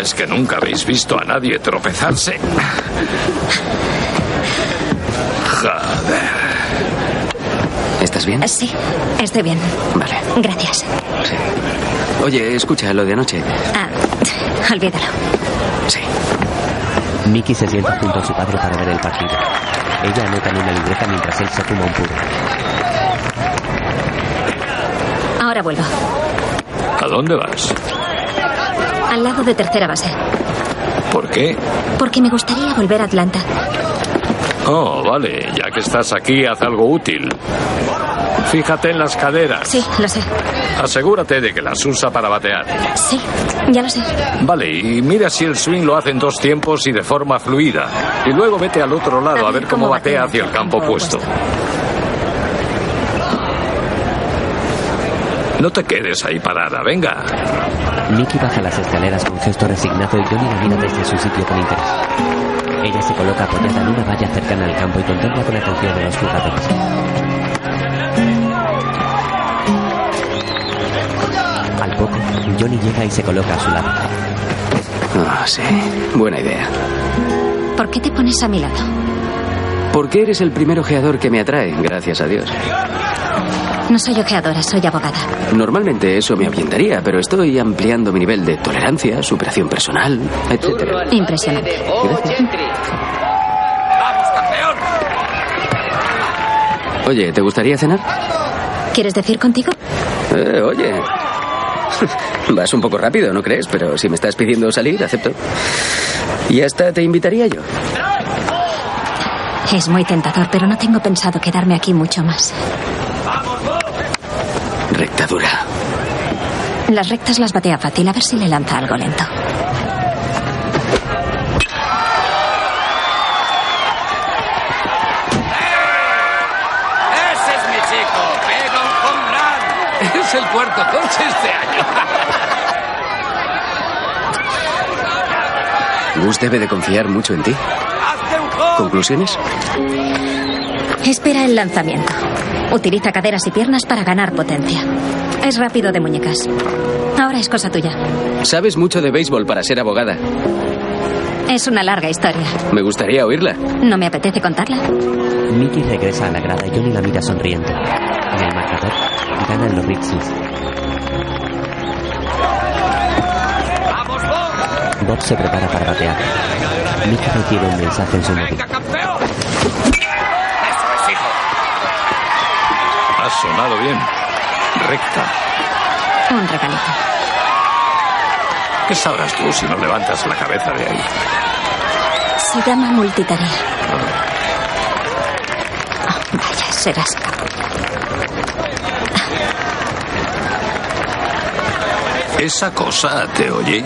Es que nunca habéis visto a nadie tropezarse. Joder. ¿Estás bien? Eh, Sí, estoy bien. Vale. Gracias. Oye, escucha lo de anoche. Ah, olvídalo. Sí. Mickey se sienta junto a su padre para ver el partido. Ella anota en una libreta mientras él se fuma un puro. Ahora vuelvo. ¿A dónde vas? Al lado de tercera base. ¿Por qué? Porque me gustaría volver a Atlanta. Oh, vale. Ya que estás aquí, haz algo útil. Fíjate en las caderas. Sí, lo sé. Asegúrate de que las usa para batear. Sí, ya lo sé. Vale, y mira si el swing lo hace en dos tiempos y de forma fluida. Y luego vete al otro lado a ver cómo batea hacia el campo opuesto. No te quedes ahí parada, venga. Mickey baja las escaleras con gesto resignado y Johnny la mira desde su sitio con interés. Ella se coloca apoyada en una valla cercana al campo y contempla con atención a los jugadores. Al poco, Johnny llega y se coloca a su lado. Ah, sí. Buena idea. ¿Por qué te pones a mi lado? Porque eres el primer ojeador que me atrae, gracias a Dios. No soy ojeadora, soy abogada. Normalmente eso me ahuyentaría, pero estoy ampliando mi nivel de tolerancia, superación personal, etc. Impresionante. ¡Vamos, campeón! Oye, ¿te gustaría cenar? ¿Quieres decir contigo? Eh, oye. [LAUGHS] Vas un poco rápido, ¿no crees? Pero si me estás pidiendo salir, acepto. Y hasta te invitaría yo. Es muy tentador, pero no tengo pensado quedarme aquí mucho más. Rectadura. Las rectas las batea fácil, a ver si le lanza algo lento. ¡Ese es mi chico! ¡Pega un home run! Es el cuarto coche este año. Gus debe de confiar mucho en ti. ¡Hazte un home! ¿Conclusiones? Espera el lanzamiento. Utiliza caderas y piernas para ganar potencia. Es rápido de muñecas. Ahora es cosa tuya. Sabes mucho de béisbol para ser abogada. Es una larga historia. Me gustaría oírla. ¿No me apetece contarla? Mickey regresa a la grada y Johnny la mira sonriente. En el marcador ganan los Rixies. ¡Vamos, Bob! Bob se prepara para batear. Mickey recibe un mensaje en su móvil. ¡Venga, campeón! ¡Eso es, hijo! Has sonado bien. Recta. Un regalito. ¿Qué sabrás tú si no levantas la cabeza de ahí? Se llama multitarea. Oh, vaya, serás capaz. ¿Esa cosa te oye?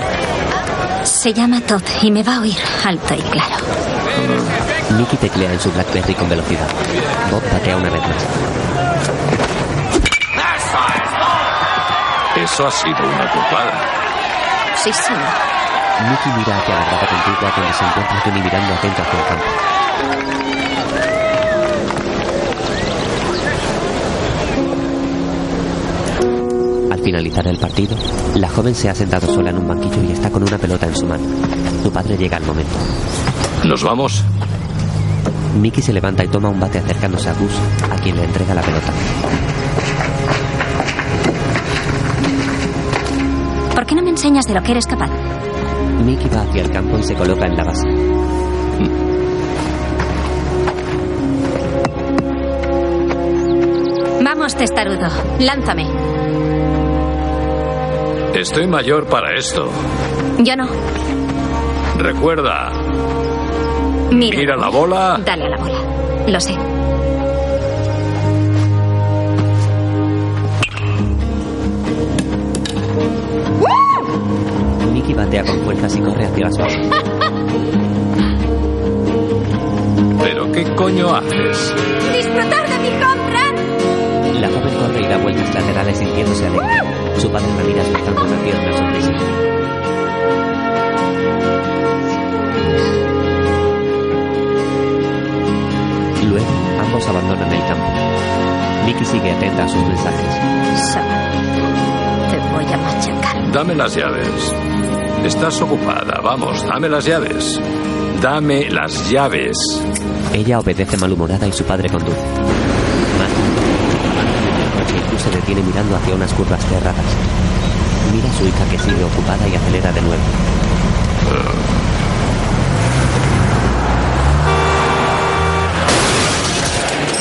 Se llama Todd y me va a oír alto y claro. Mickey teclea en su Blackberry con velocidad. Bob batea una vez más. ¡Eso es Bob! Eso ha sido una copada. Sí, sí. Mickey mira hacia la grada contigua donde se encuentra Johnny mirando atento hacia el campo. Al finalizar el partido, la joven se ha sentado sola en un banquillo y está con una pelota en su mano. Su padre llega al momento. ¿Nos vamos? Mickey se levanta y toma un bate acercándose a Gus, a quien le entrega la pelota. ¿Por qué no me enseñas de lo que eres capaz? Mickey va hacia el campo y se coloca en la base. Vamos, testarudo. Lánzame. Estoy mayor para esto. Yo no. Recuerda, Mira. mira la bola. Dale a la bola. Lo sé. Mickey batea con fuerzas y corre hacia las bolas. ¿Pero qué coño haces? ¡Disfrutar de mi home run! La joven corre y da vueltas laterales sintiéndose alegre. Su padre la mira esbozando una tierna sonrisa. Luego, ambos abandonan el campo. Mickey sigue atenta a sus mensajes. Te voy a machacar. Dame las llaves. Estás ocupada. Vamos, dame las llaves. Dame las llaves. Ella obedece malhumorada y su padre conduce. Matt abandona el coche y Q se detiene mirando hacia unas curvas cerradas. Mira a su hija que sigue ocupada y acelera de nuevo.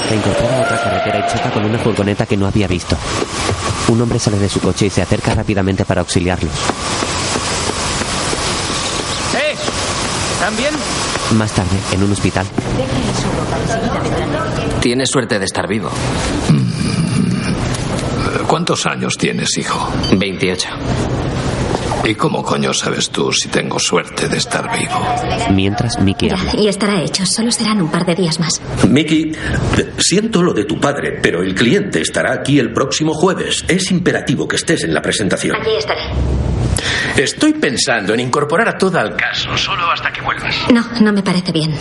Se incorpora a otra carretera y choca con una furgoneta que no había visto. Un hombre sale de su coche y se acerca rápidamente para auxiliarlos. ¡Eh! ¿Están bien? Más tarde, en un hospital, Tienes suerte de estar vivo. ¿Cuántos años tienes, hijo? 28. ¿Y cómo coño sabes tú si tengo suerte de estar vivo? mientras Mickey habla. Y estará hecho. Solo serán un par de días más. Mickey, eh, siento lo de tu padre, pero el cliente estará aquí el próximo jueves. Es imperativo que estés en la presentación. Allí estaré. Estoy pensando en incorporar a toda al caso, solo hasta que vuelvas. No, no me parece bien.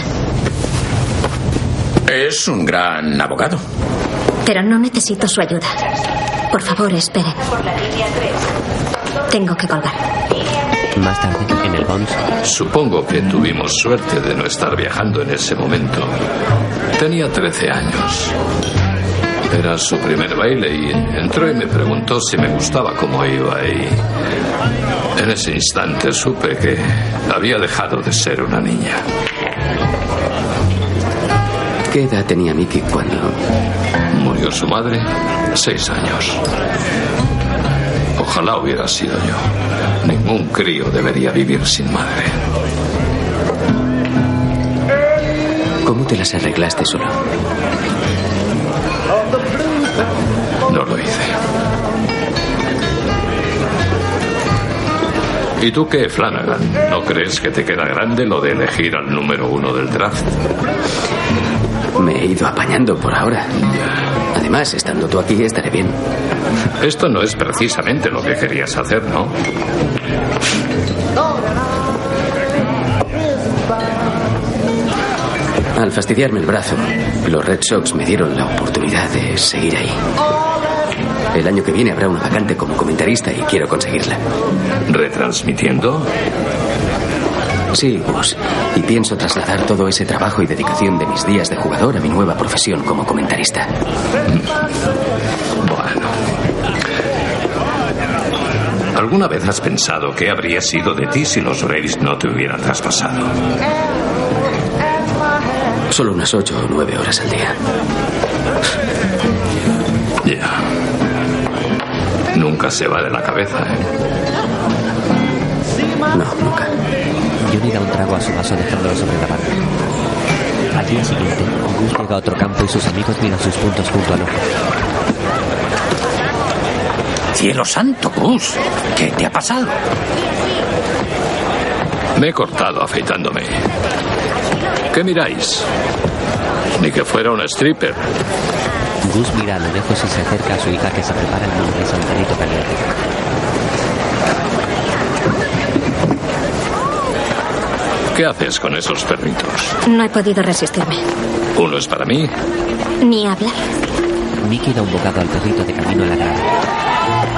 Es un gran abogado. Pero no necesito su ayuda. Por favor, esperen. Tengo que colgar. Más tarde, en el Bonds. Supongo que tuvimos suerte de no estar viajando en ese momento. Tenía 13 años. Era su primer baile y entró y me preguntó si me gustaba cómo iba y en ese instante supe que había dejado de ser una niña. ¿Qué edad tenía Mickey cuando...? Murió su madre, seis años. Ojalá hubiera sido yo. Ningún crío debería vivir sin madre. ¿Cómo te las arreglaste solo? No lo hice. ¿Y tú qué, Flanagan? ¿No crees que te queda grande lo de elegir al número uno del draft? Me he ido apañando por ahora. Además, estando tú aquí, estaré bien. Esto no es precisamente lo que querías hacer, ¿no? Al fastidiarme el brazo, los Red Sox me dieron la oportunidad de seguir ahí. El año que viene habrá una vacante como comentarista y quiero conseguirla. ¿Retransmitiendo? Sí, Gus. Y pienso trasladar todo ese trabajo y dedicación de mis días de jugador a mi nueva profesión como comentarista. ¿Alguna vez has pensado qué habría sido de ti si los Braves no te hubieran traspasado? Solo unas ocho o nueve horas al día. Ya. Nunca se va de la cabeza, ¿eh? No, nunca. Johnny da un trago a su vaso dejándolo sobre la barra. Al día siguiente, Gus llega a otro campo y sus amigos miran sus puntos junto al ojo. Cielo santo, Gus. ¿Qué te ha pasado? Me he cortado afeitándome. ¿Qué miráis? Ni que fuera un stripper. Gus mira a lo lejos y se acerca a su hija que se prepara en un santanito caliente. ¿Qué haces con esos perritos? No he podido resistirme. Uno es para mí. Ni hablar. Mickey da un bocado al perrito de camino a la grada.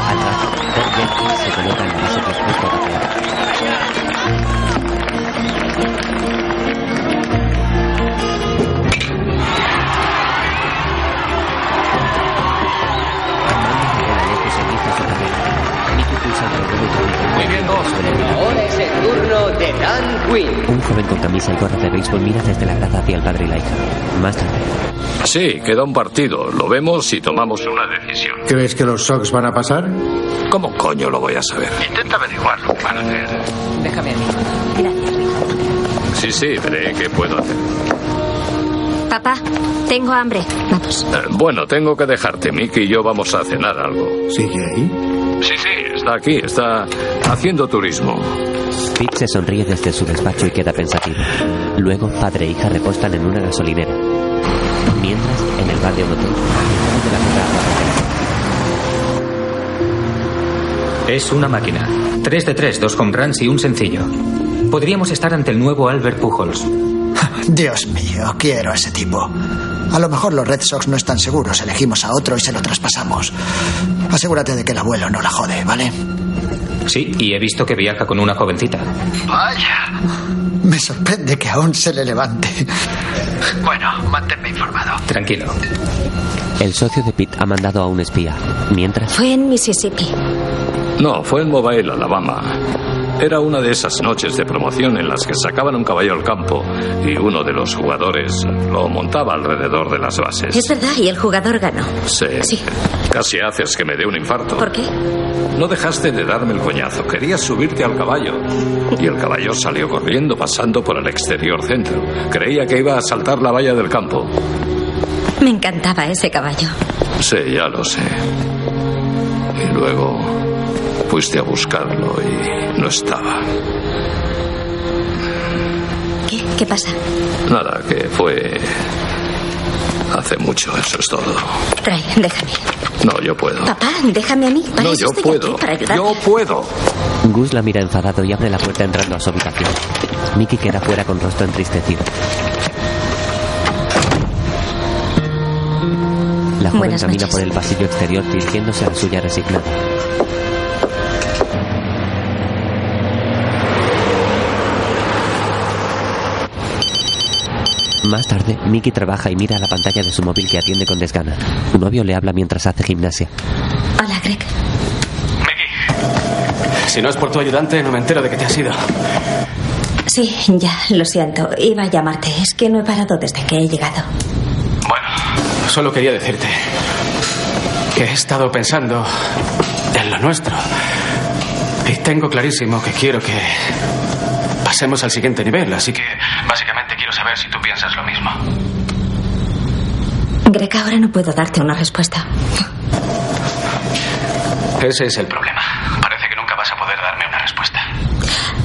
Al rato, Bob Jenkins se coloca en la base del punto a batear. Amanda vuela lejos e inicia su carrera. Mickey pulsa Muy bien, vos. Ahora es el turno de Dan Quinn. Un joven con camisa y gorra de béisbol mira desde la taza hacia el padre y la hija. Más tarde. Sí, queda un partido. Lo vemos y tomamos una decisión. ¿Crees que los Sox van a pasar? ¿Cómo coño lo voy a saber? Intenta averiguarlo, Marcel. Déjame a mí. Sí, sí, veré qué puedo hacer. Papá, tengo hambre. Vamos. Eh, Bueno, tengo que dejarte. Mickey y yo vamos a cenar algo. ¿Sigue ahí? Sí, sí, está aquí. Está haciendo turismo. Pete se sonríe desde su despacho y queda pensativo. Luego, padre e hija repostan en una gasolinera. Mientras, en el bar de un hotel, de la Es una máquina. 3 de 3, dos home runs y un sencillo. Podríamos estar ante el nuevo Albert Pujols. Dios mío, quiero a ese tipo. A lo mejor los Red Sox no están seguros. Elegimos a otro y se lo traspasamos. Asegúrate de que el abuelo no la jode, ¿vale? Sí, y he visto que viaja con una jovencita. Vaya. Me sorprende que aún se le levante. Bueno, manténme informado. Tranquilo. El socio de Pete ha mandado a un espía. Mientras, Fue en Mississippi. No, fue en Mobile, Alabama. Era una de esas noches de promoción en las que sacaban un caballo al campo y uno de los jugadores lo montaba alrededor de las bases. Es verdad, y el jugador ganó. Sí. Casi haces que me dé un infarto. ¿Por qué? No dejaste de darme el coñazo. Querías subirte al caballo. Y el caballo salió corriendo pasando por el exterior centro. Creía que iba a saltar la valla del campo. Me encantaba ese caballo. Sí, ya lo sé. Y luego fuiste a buscarlo y no estaba. ¿Qué? ¿Qué pasa? Nada, que fue hace mucho, eso es todo. Ray, déjame. No, yo puedo. Papá, déjame a mí. Para No, eso yo estoy puedo. Ah, aquí, para ayudarte. Yo puedo. Gus la mira enfadado y abre la puerta entrando a su habitación. Mickey queda fuera con rostro entristecido. La joven Buenas camina noches. por el pasillo exterior dirigiéndose a la suya resignada. Más tarde, Mickey trabaja y mira a la pantalla de su móvil que atiende con desgana. Su novio le habla mientras hace gimnasia. Hola, Greg. Si no es por tu ayudante, no me entero de que te has ido. Sí, ya, lo siento. Iba a llamarte. Es que no he parado desde que he llegado. Solo quería decirte que he estado pensando en lo nuestro. Y tengo clarísimo que quiero que pasemos al siguiente nivel, así que básicamente quiero saber si tú piensas lo mismo. Greg, ahora no puedo darte una respuesta. Ese es el problema. Parece que nunca vas a poder darme una respuesta.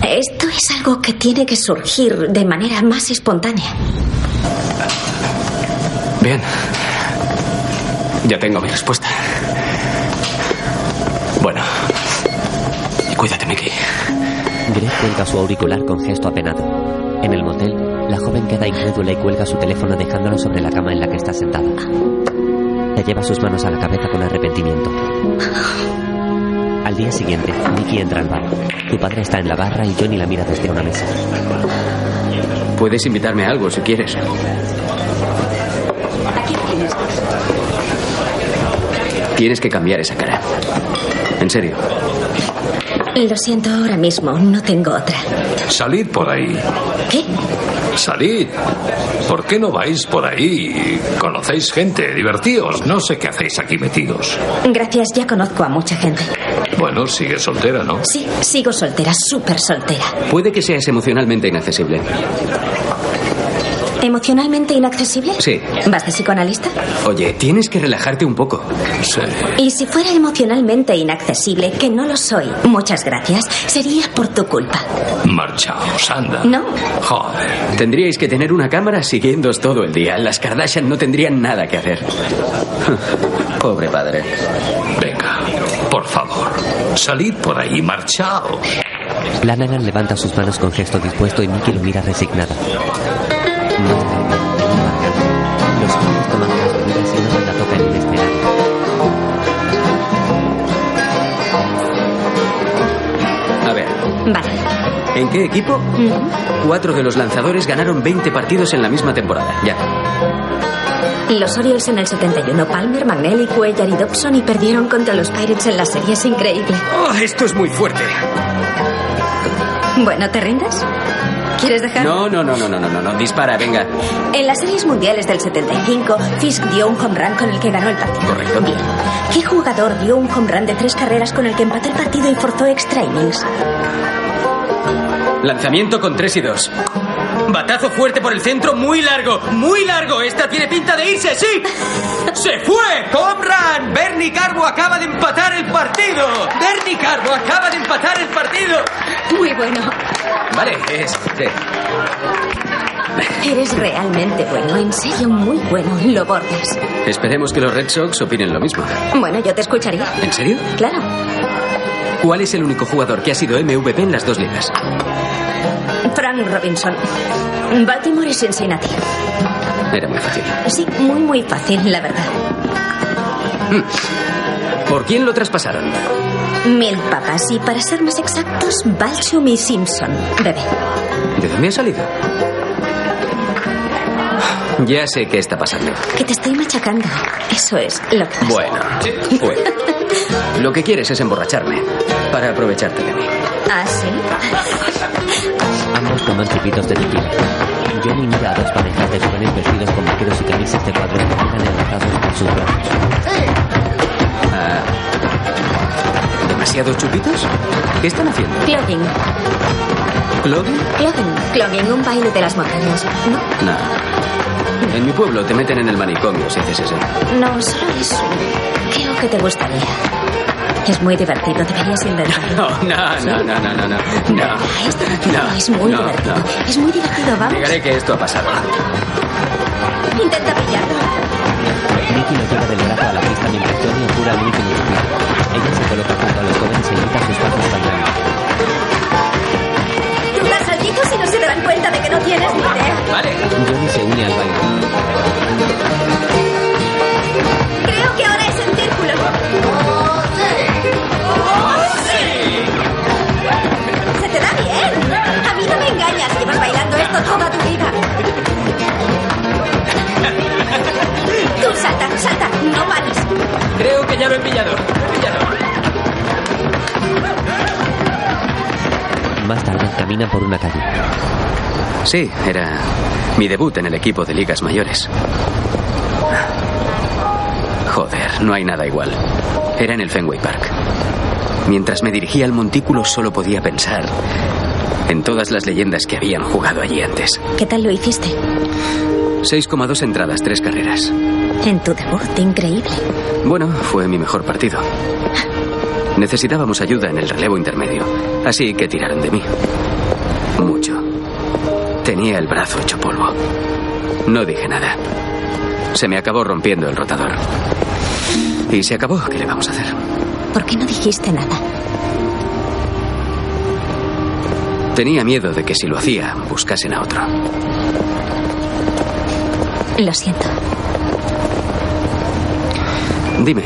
Esto es algo que tiene que surgir de manera más espontánea. Bien. Ya tengo mi respuesta. Bueno. Cuídate, Mickey. Greg cuelga su auricular con gesto apenado. En el motel, la joven queda incrédula y cuelga su teléfono dejándolo sobre la cama en la que está sentada. Se lleva sus manos a la cabeza con arrepentimiento. Al día siguiente, Nicky entra al bar. Su padre está en la barra y Johnny la mira desde una mesa. Puedes invitarme a algo si quieres. Tienes que cambiar esa cara. En serio. Lo siento ahora mismo, no tengo otra. Salid por ahí. ¿Qué? Salid. ¿Por qué no vais por ahí? Conocéis gente, divertíos. No sé qué hacéis aquí metidos. Gracias, ya conozco a mucha gente. Bueno, sigue soltera, ¿no? Sí, sigo soltera, súper soltera. Puede que seas emocionalmente inaccesible. ¿Emocionalmente inaccesible? Sí. ¿Vas de psicoanalista? Oye, tienes que relajarte un poco. Sí. Y si fuera emocionalmente inaccesible, que no lo soy, muchas gracias, sería por tu culpa. Marchaos, Pues anda. No. Joder. Tendríais que tener una cámara siguiéndoos todo el día. Las Kardashian no tendrían nada que hacer. [LAUGHS] Pobre padre. Venga, por favor. Salid por ahí, marchaos. Flanagan levanta sus manos con gesto dispuesto y Mickey lo mira resignada. Más tarde, en la barra, los hombres toman las bebidas y una banda toca en el escenario. A ver, Vale. ¿en qué equipo? Cuatro de los lanzadores ganaron 20 partidos en la misma temporada. Ya. Los Orioles en el 71, Palmer, McNally, Cuellar y Dobson y perdieron contra los Pirates en la serie. Es increíble. Oh, esto es muy fuerte. Bueno, ¿te rindes? ¿Quieres dejar? No, no, no, no, no, no, no, no. Dispara, venga. En las series mundiales del 75, Fisk dio un home run con el que ganó el partido. Correcto. Bien. ¿Qué jugador dio un home run de tres carreras con el que empató el partido y forzó extra innings? Lanzamiento con 3 y 2. Batazo fuerte por el centro, muy largo, muy largo. Esta tiene pinta de irse, sí. ¡Se fue! ¡Comran! Bernie Carbo acaba de empatar el partido. Bernie Carbo acaba de empatar el partido. Muy bueno. Vale, es. Eres realmente bueno, en serio muy bueno. Lo bordas. Esperemos que los Red Sox opinen lo mismo. Bueno, yo te escucharía. ¿En serio? Claro. ¿Cuál es el único jugador que ha sido MVP en las dos ligas? Frank Robinson. Baltimore y Cincinnati. Era muy fácil. Sí, muy, muy fácil, la verdad. ¿Por quién lo traspasaron? Mil papas y, para ser más exactos, Balchum y Simpson. Bebé. ¿De dónde ha salido? Ya sé qué está pasando. Que te estoy machacando. Eso es lo que pasa. Bueno, bueno. Lo que quieres es emborracharme para aprovecharte de mí. ¿Ah, sí? Ambos toman chupitos de tequila. Johnny mira a dos parejas de jóvenes vestidos con vaqueros y camisas de cuadros que están enlazados por sus brazos. Ah, ¿Demasiados chupitos? ¿Qué están haciendo? Clogging. ¿Clogging? Clogging. Clogging, un baile de las montañas. ¿No? No. En mi pueblo te meten en el manicomio si haces eso. No, solo eso. Creo que te gustaría. Es muy divertido, deberías inventarlo. [LAUGHS] No, no, no, no, no, no. No. No. Ah, No. Es muy no, divertido. no. Es muy divertido, vamos. Negaré que esto ha pasado. Intenta pillarlo. Nicky lo lleva del brazo a la pista mientras Johnny apura al último chupito. Ella se coloca junto a los jóvenes y quita sus pasos bailando. Tú das saltitos y no se te dan cuenta de que no tienes ni idea. Vale. Johnny se une al baile. Creo que ahora es en círculo. Se te da bien. A mí no me engañas. Llevas bailando esto toda tu vida. Tú salta, salta. No pares. Creo que ya lo he pillado. Lo he pillado. Más tarde camina por una calle. Sí, era mi debut en el equipo de ligas mayores. Joder, no hay nada igual. Era en el Fenway Park. Mientras me dirigía al montículo solo podía pensar en todas las leyendas que habían jugado allí antes. ¿Qué tal lo hiciste? 6,2 entradas, 3 carreras. En tu debut, increíble. Bueno, fue mi mejor partido. Necesitábamos ayuda en el relevo intermedio, así que tiraron de mí. Mucho. Tenía el brazo hecho polvo. No dije nada. Se me acabó rompiendo el rotador. Y se acabó, ¿qué le vamos a hacer? ¿Por qué no dijiste nada? Tenía miedo de que si lo hacía, buscasen a otro. Lo siento. Dime,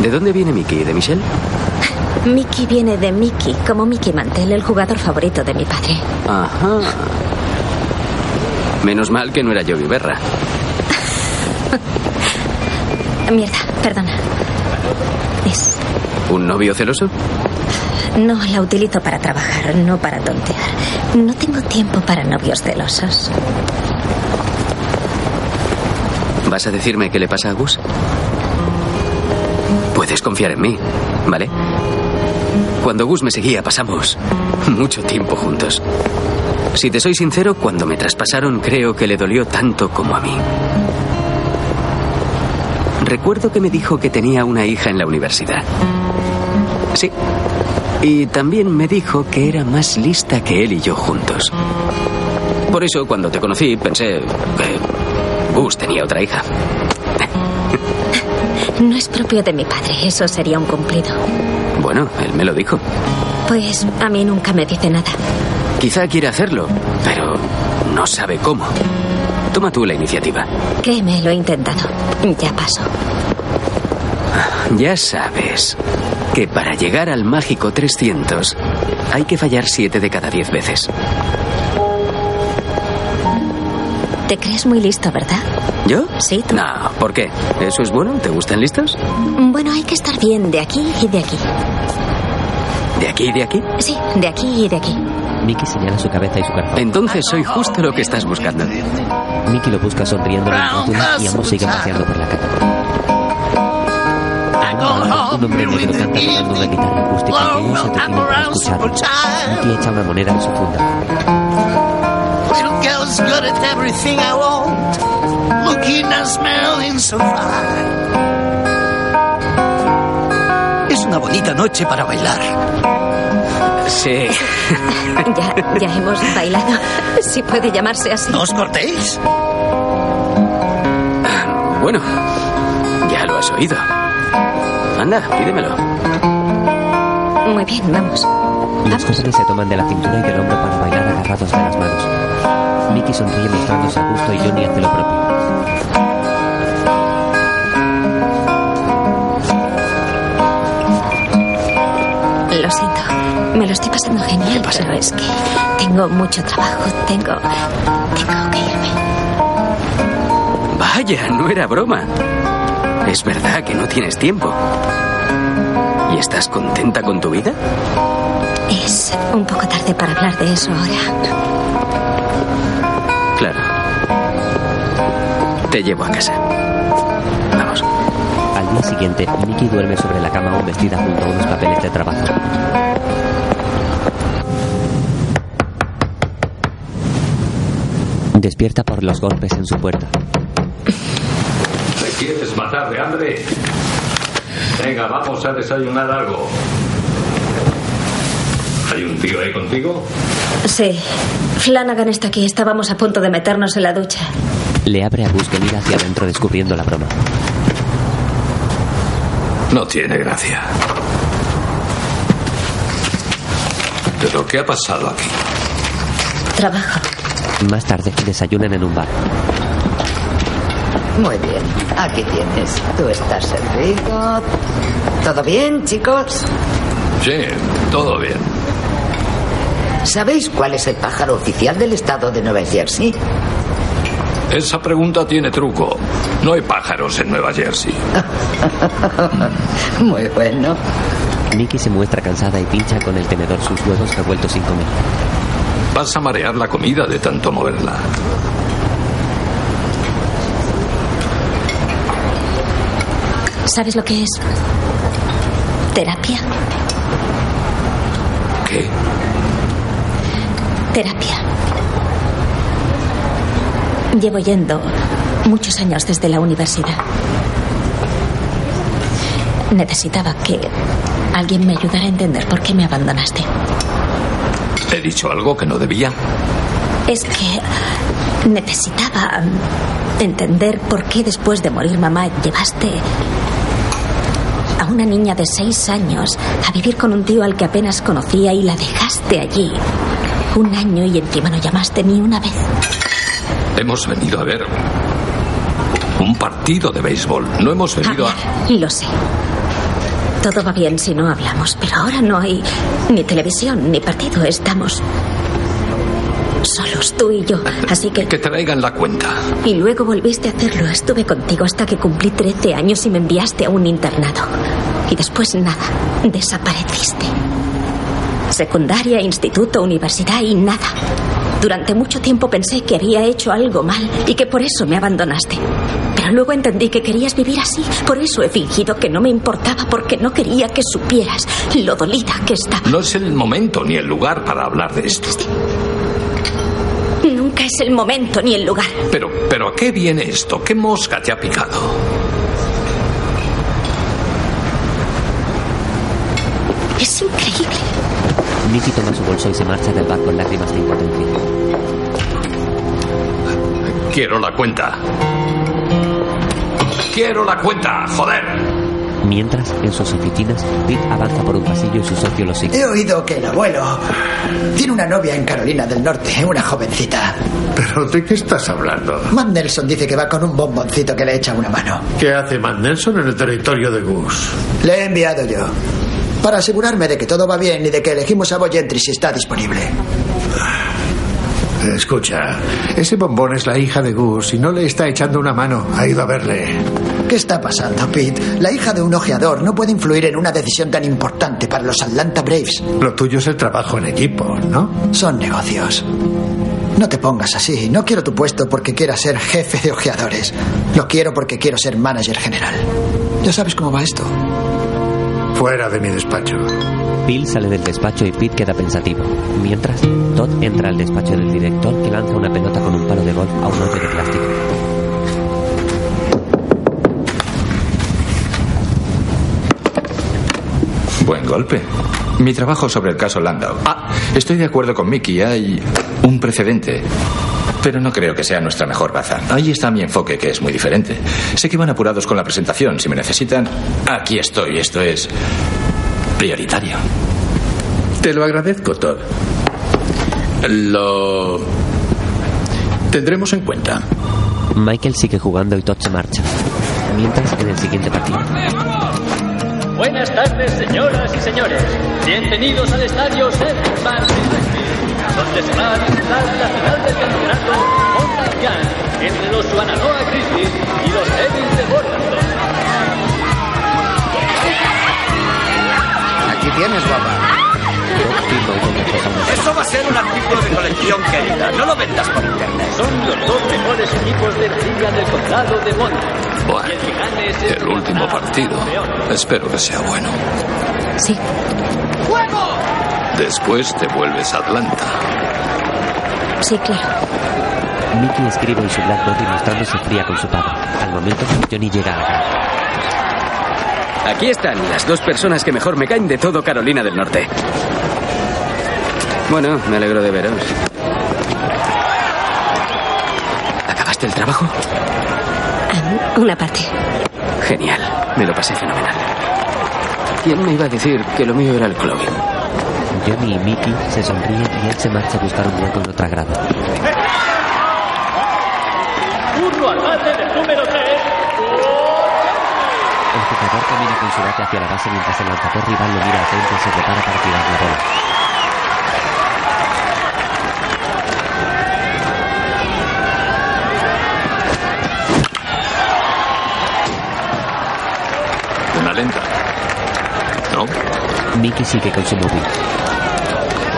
¿de dónde viene Mickey? ¿De Michelle? Mickey viene de Mickey, como Mickey Mantel, el jugador favorito de mi padre. Ajá. Menos mal que no era yo Berra. Mierda, perdona. Es. ¿Un novio celoso? No la utilizo para trabajar, no para tontear. No tengo tiempo para novios celosos. ¿Vas a decirme qué le pasa a Gus? Puedes confiar en mí, ¿vale? Cuando Gus me seguía pasamos mucho tiempo juntos. Si te soy sincero, cuando me traspasaron creo que le dolió tanto como a mí. Recuerdo que me dijo que tenía una hija en la universidad. Sí. Y también me dijo que era más lista que él y yo juntos. Por eso, cuando te conocí, pensé que Gus tenía otra hija. No es propio de mi padre, eso sería un cumplido. Bueno, él me lo dijo. Pues a mí nunca me dice nada. Quizá quiera hacerlo, pero no sabe cómo. Toma tú la iniciativa. Créeme, lo he intentado. Ya paso. Ya sabes que para llegar al mágico 300 hay que fallar 7 de cada 10 veces. Te crees muy listo, ¿verdad? ¿Yo? Sí, tú. No, ¿por qué? ¿Eso es bueno? ¿Te gustan listos? Bueno, hay que estar bien de aquí y de aquí. ¿De aquí y de aquí? Sí, de aquí y de aquí. [LAUGHS] Mickey señala su cabeza y su corazón. Entonces soy justo lo que estás buscando. Mickey lo busca sonriendo en la fortuna y ambos siguen paseando por la calle. Un hombre negro canta tocando una guitarra acústica que no se detiene para escucharlo. Mickey echa una moneda en su funda. Little girl's good at everything I want. Looking and smelling so fine. Es una bonita noche para bailar. Sí. Ya, ya hemos bailado. Si puede llamarse así. ¿No os cortéis? Bueno, ya lo has oído. Anda, pídemelo. Muy bien, vamos. Los jóvenes se toman de la cintura y del hombro para bailar agarrados de las manos. Mickey sonríe mostrándose a gusto y Johnny hace lo propio. Lo siento. Me lo estoy pasando genial, pero es que tengo mucho trabajo. Tengo. Tengo que irme. Vaya, no era broma. Es verdad que no tienes tiempo. ¿Y estás contenta con tu vida? Es un poco tarde para hablar de eso ahora. Claro. Te llevo a casa. Vamos. Al día siguiente, Mickey duerme sobre la cama aún vestida junto a unos papeles de trabajo. Despierta por los golpes en su puerta. ¿Te quieres matar de hambre? Venga, vamos a desayunar algo. ¿Hay un tío ahí contigo? Sí. Flanagan está aquí. Estábamos a punto de meternos en la ducha. Le abre a Gus que mira hacia adentro descubriendo la broma. No tiene gracia. ¿Pero qué ha pasado aquí? Trabajo. Más tarde, desayunan en un bar. Muy bien, aquí tienes. Tú estás servido. ¿Todo bien, chicos? Sí, todo bien. ¿Sabéis cuál es el pájaro oficial del estado de Nueva Jersey? Esa pregunta tiene truco. No hay pájaros en Nueva Jersey. Muy bueno. Mickey se muestra cansada y pincha con el tenedor sus huevos revueltos sin comer. Vas a marear la comida de tanto moverla. ¿Sabes lo que es? Terapia. ¿Qué? Terapia. Llevo yendo muchos años desde la universidad. Necesitaba que alguien me ayudara a entender por qué me abandonaste. ¿He dicho algo que no debía? Es que necesitaba entender por qué después de morir mamá llevaste a una niña de seis años a vivir con un tío al que apenas conocía y la dejaste allí. Un año y encima no llamaste ni una vez. Hemos venido a ver un partido de béisbol. No hemos venido a... Lo sé. Todo va bien si no hablamos, pero ahora no hay ni televisión ni partido. Estamos solos, tú y yo. Así que... Que traigan la cuenta. Y luego volviste a hacerlo. Estuve contigo hasta que cumplí 13 años y me enviaste a un internado. Y después nada, desapareciste. Secundaria, instituto, universidad y nada. Durante mucho tiempo pensé que había hecho algo mal y que por eso me abandonaste. Pero luego entendí que querías vivir así. Por eso he fingido que no me importaba porque no quería que supieras lo dolida que estaba. No es el momento ni el lugar para hablar de esto. Nunca es el momento ni el lugar. Pero, pero ¿a qué viene esto? ¿Qué mosca te ha picado? Es increíble. Nicky toma su bolso y se marcha del bar con lágrimas de impotencia. Quiero la cuenta. Quiero la cuenta, joder. Mientras, en sus oficinas, Pete avanza por un pasillo y su socio lo sigue. He oído que el abuelo tiene una novia en Carolina del Norte, una jovencita. ¿Pero de qué estás hablando? Matt Nelson dice que va con un bomboncito que le echa una mano. ¿Qué hace Matt Nelson en el territorio de Gus? Le he enviado yo. Para asegurarme de que todo va bien y de que elegimos a Boyentry si está disponible. escucha. Ese bombón es la hija de Gus y no le está echando una mano. Ha ido a verle. ¿Qué está pasando, Pete? La hija de un ojeador no puede influir en una decisión tan importante para los Atlanta Braves. Lo tuyo es el trabajo en equipo, ¿no? Son negocios. No te pongas así. No quiero tu puesto porque quiera ser jefe de ojeadores. Lo quiero porque quiero ser manager general. Ya sabes cómo va esto. Fuera de mi despacho. Bill sale del despacho y Pete queda pensativo. Mientras, Todd entra al despacho del director que lanza una pelota con un palo de golf a un hoyo de plástico. Buen golpe. Mi trabajo sobre el caso Landau. Ah, estoy de acuerdo con Mickey. Hay un precedente. Pero no creo que sea nuestra mejor baza. Ahí está mi enfoque, que es muy diferente. Sé que van apurados con la presentación. Si me necesitan, aquí estoy. Esto es prioritario. Te lo agradezco, Todd. Lo tendremos en cuenta. Michael sigue jugando y Todd se marcha. Mientras, en el siguiente partido. Buenas tardes, señoras y señores. Bienvenidos al estadio Seth Martin donde se va a disputar la final del campeonato Mountain Gun entre los Suananoa Grizzlies y los Devils de Portland. Aquí tienes, guapa. Eso va a ser un artículo de colección querida. No lo vendas por internet. Son los dos mejores equipos de liga del condado de Monmouth. Bueno, el último partido. Espero que sea bueno. Sí. Después te vuelves a Atlanta. Sí, claro. Mickey escribe en su Blackberry mostrándose fría con su padre. Al momento, Johnny llega a la grada. Aquí están las dos personas que mejor me caen de todo Carolina del Norte. Bueno, me alegro de veros. ¿Acabaste el trabajo? Ah, Una parte. Genial, me lo pasé fenomenal. ¿Quién me iba a decir que lo mío era el clubbing? Johnny y Mickey se sonríen y él se marcha a buscar un hueco en otra grada. Turno al bate del número 3. El jugador camina con su bate hacia la base mientras el lanzador rival lo mira atento y se prepara para tirar la bola. Una lenta. ¿No? Mickey sigue con su móvil.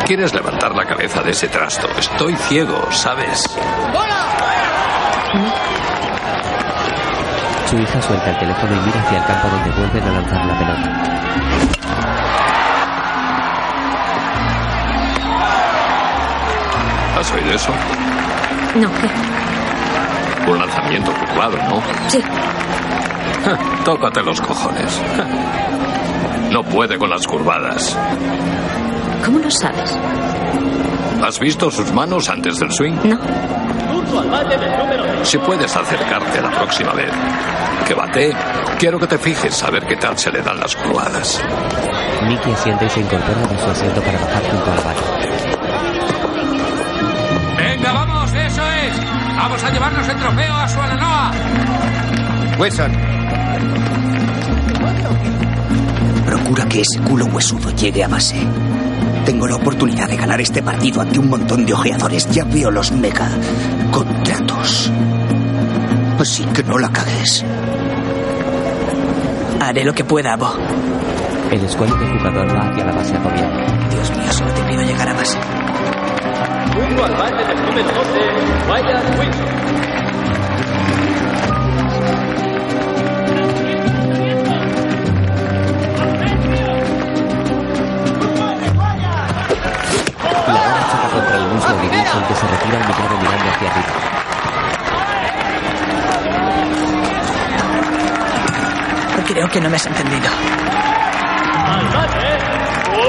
¿Quieres levantar la cabeza de ese trasto? Estoy ciego, ¿sabes? Su hija suelta el teléfono y mira hacia el campo donde vuelven a lanzar la pelota. ¿Has oído eso? No, ¿qué? Un lanzamiento curvado, ¿no? Sí. Ja, Tócate los cojones. Ja. No puede con las curvadas. ¿Cómo lo sabes? ¿Has visto sus manos antes del swing? No. Turno al bate del número 3. Si puedes acercarte la próxima vez que bate, quiero que te fijes a ver qué tal se le dan las curvadas. Mickey asiente y se incorpora de su asiento para bajar junto al bate. Venga, vamos, eso es. Vamos a llevarnos el trofeo a Suananoa. Wilson. Procura que ese culo huesudo llegue a base. Tengo la oportunidad de ganar este partido ante un montón de ojeadores. Ya veo los mega contratos. Así que no la cagues. Haré lo que pueda, Bo. El escuadro del jugador va hacia la base agobiado. Dios mío, solo te pido llegar a base. Turno al bate del número 12. Vaya Wilson. La bola choca contra el muslo de Wilson que se retira humillado mirando hacia arriba. Creo que no me has entendido. Al bate. ¡Gol!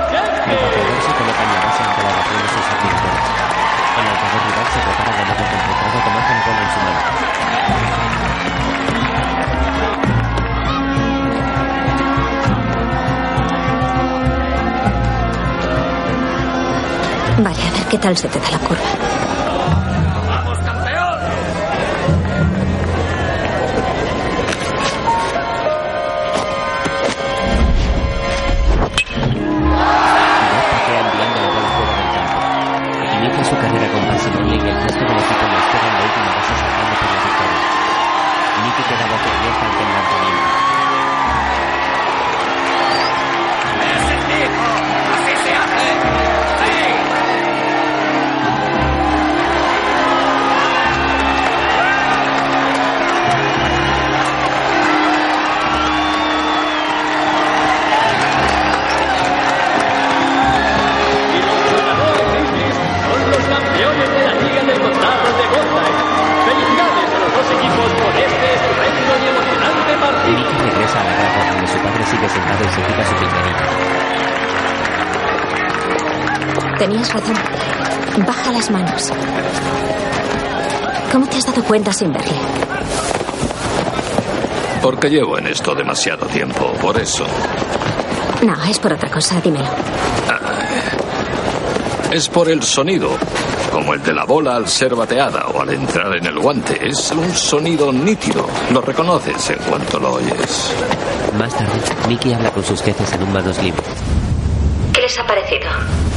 El jugador se coloca en la base ante la ovación de sus admiradores. El lanzador rival se prepara de nuevo concentrado tomando el gol en su mano. Vale, a ver qué tal se te da la curva. Bat patea enviando la bola fuera del campo. Inicia su carrera como sigue sentado y se quita su pinganillo. Tenías razón. Baja las manos. ¿Cómo te has dado cuenta sin verle? Porque llevo en esto demasiado tiempo, por eso. No, es por otra cosa, dímelo. Es por el sonido, como el de la bola al ser bateada o al entrar en el guante. Es un sonido nítido. Lo reconoces en cuanto lo oyes. Más tarde, Mickey habla con sus jefes en un bar dos libres. ¿Qué les ha parecido?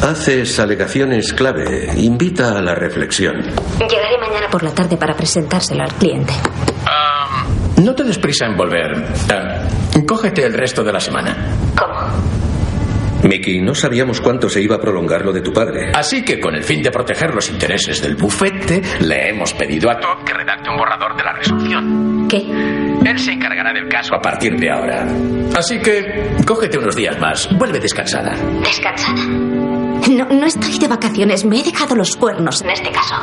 Haces alegaciones clave. Invita a la reflexión. Llegaré mañana por la tarde para presentárselo al cliente. No te des prisa en volver. Ah, cógete el resto de la semana. Mickey, no sabíamos cuánto se iba a prolongar lo de tu padre. Así que, con el fin de proteger los intereses del bufete, le hemos pedido a Todd que redacte un borrador de la resolución. ¿Qué? Él se encargará del caso a partir de ahora. Así que, cógete unos días más. Vuelve descansada. ¿Descansada? No, no estoy de vacaciones, me he dejado los cuernos en este caso.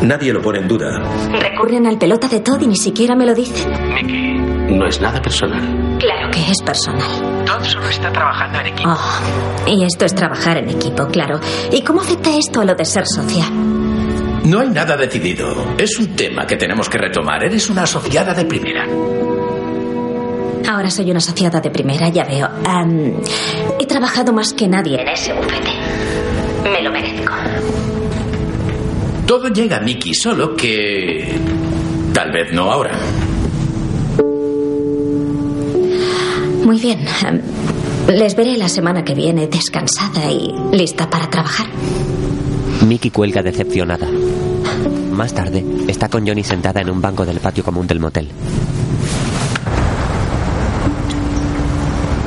Nadie lo pone en duda. Recurren al pelota de Todd y ni siquiera me lo dicen. Mickey, no es nada personal. Claro que es personal. Todd solo está trabajando en equipo. Oh, y esto es trabajar en equipo, claro. ¿Y cómo afecta esto a lo de ser socia? No hay nada decidido. Es un tema que tenemos que retomar. Eres una asociada de primera. Ahora soy una asociada de primera, ya veo. Am, he trabajado más que nadie en ese bufete. Me lo merezco. Todo llega a Mickey, solo que. Tal vez no ahora. Muy bien. am, Les veré la semana que viene descansada y lista para trabajar. Mickey cuelga decepcionada. Más tarde, está con Johnny sentada en un banco del patio común del motel.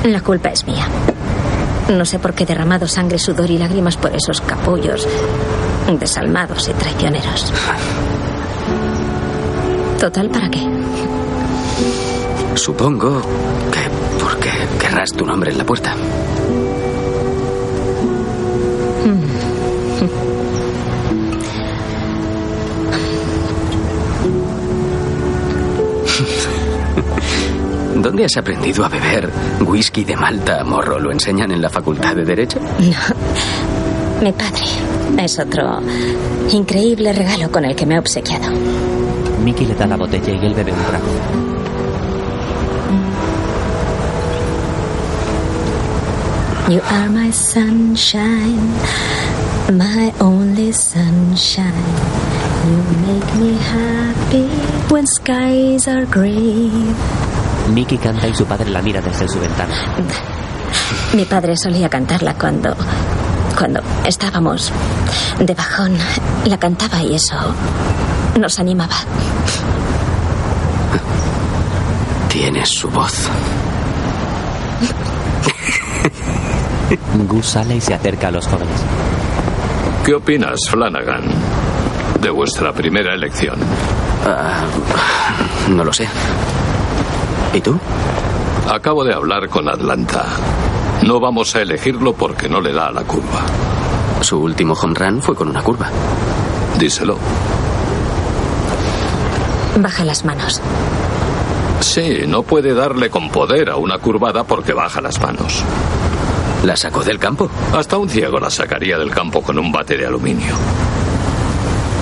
La culpa es mía. No sé por qué he derramado sangre, sudor y lágrimas por esos capullos desalmados y traicioneros. Total, ¿para qué? Supongo que porque querrás tu nombre en la puerta. ¿Dónde has aprendido a beber whisky de Malta a morro? ¿Lo enseñan en la Facultad de Derecho? Mi padre es otro increíble regalo con el que me ha obsequiado. Mickey le da la botella y él bebe un trago. You are my sunshine, my only sunshine. You make me happy when skies are gray. Mickey canta y su padre la mira desde su ventana. Mi padre solía cantarla cuando cuando estábamos de bajón. La cantaba y eso nos animaba. Tienes su voz. Gus sale y se acerca a los jóvenes. ¿Qué opinas, Flanagan, de vuestra primera elección? no lo sé. ¿Y tú? Acabo de hablar con Atlanta. No vamos a elegirlo porque no le da a la curva. Su último home run fue con una curva. Díselo. Baja las manos. Sí, no puede darle con poder a una curvada porque baja las manos. ¿La sacó del campo? Hasta un ciego la sacaría del campo con un bate de aluminio.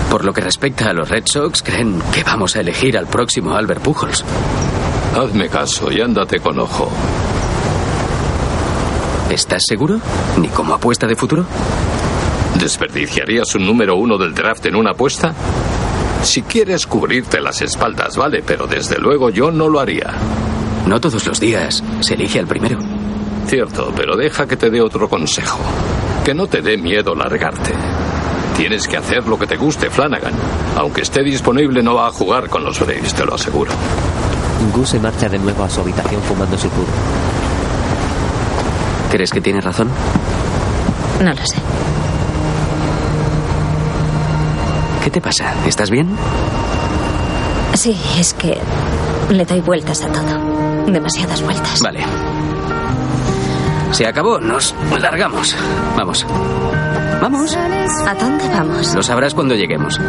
Por lo que respecta a los Red Sox, creen que vamos a elegir al próximo Albert Pujols. Hazme caso y ándate con ojo. ¿Estás seguro? ¿Ni como apuesta de futuro? ¿Desperdiciarías un número uno del draft en una apuesta? Si quieres cubrirte las espaldas, vale, pero desde luego yo no lo haría. No todos los días se elige al primero. Cierto, pero deja que te dé otro consejo. Que no te dé miedo largarte. Tienes que hacer lo que te guste, Flanagan. Aunque esté disponible, no va a jugar con los Braves, te lo aseguro. Gus se marcha de nuevo a su habitación fumando su puro. ¿Crees que tiene razón? No lo sé. ¿Qué te pasa? ¿Estás bien? Sí, es que le doy vueltas a todo. Demasiadas vueltas. Vale. Se acabó, nos largamos. Vamos. Vamos. ¿A dónde vamos? Lo sabrás cuando lleguemos.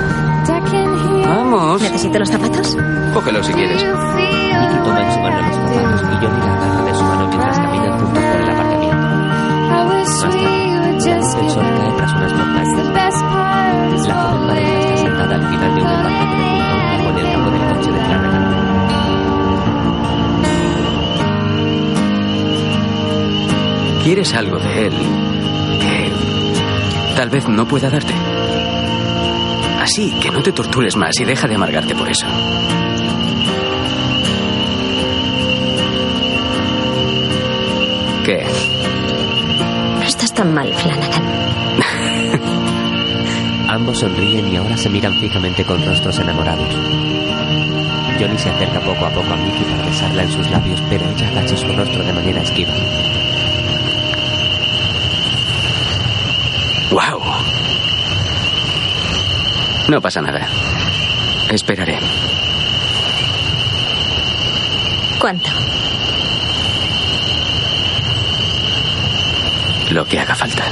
Vamos. ¿Necesito los zapatos? Cógelo si quieres. Mickey toma en su mano los zapatos y Johnny la agarra de su mano mientras quieres algo de él que tal vez no pueda darte. Así que no te tortures más y deja de amargarte por eso. ¿Qué? No estás tan mal, Flanagan. Ambos sonríen y ahora se miran fijamente con rostros enamorados. Johnny se acerca poco a poco a Mickey para besarla en sus labios, pero ella agacha su rostro de manera esquiva. ¡Wow! No pasa nada. Esperaré. ¿Cuánto? Lo que haga falta.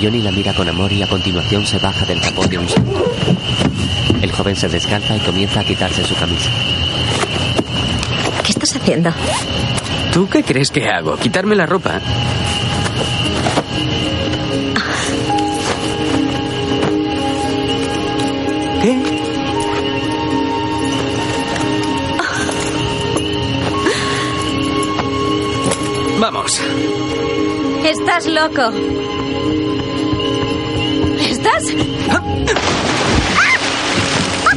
Johnny la mira con amor y a continuación se baja del capón de un salto. El joven se descalza y comienza a quitarse su camisa. ¿Qué estás haciendo? ¿Tú qué crees que hago? ¿Quitarme la ropa? ¿Qué? Vamos. Estás loco. ¿Estás?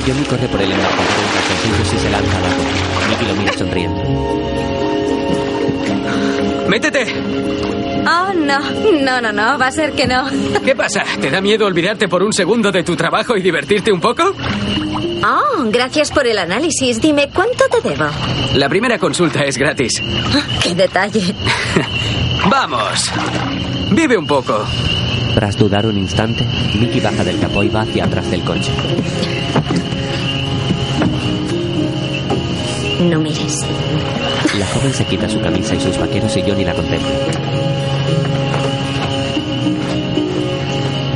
Johnny corre por el encapador de calzoncillos y se lanza al agua. Mickey lo mira sonriendo. ¡Métete! Oh, no. No, no, no. Va a ser que no. ¿Qué pasa? Ah, ¿Te da miedo olvidarte por un segundo de tu trabajo y divertirte un poco? Oh, gracias por el análisis. Dime, ¿cuánto te debo? La primera consulta es gratis. ¡Qué detalle! ¡Vamos! Vive un poco. Tras dudar un instante, Mickey baja del capó y va hacia atrás del coche. No mires. La joven se quita su camisa y sus vaqueros y Johnny la contempla.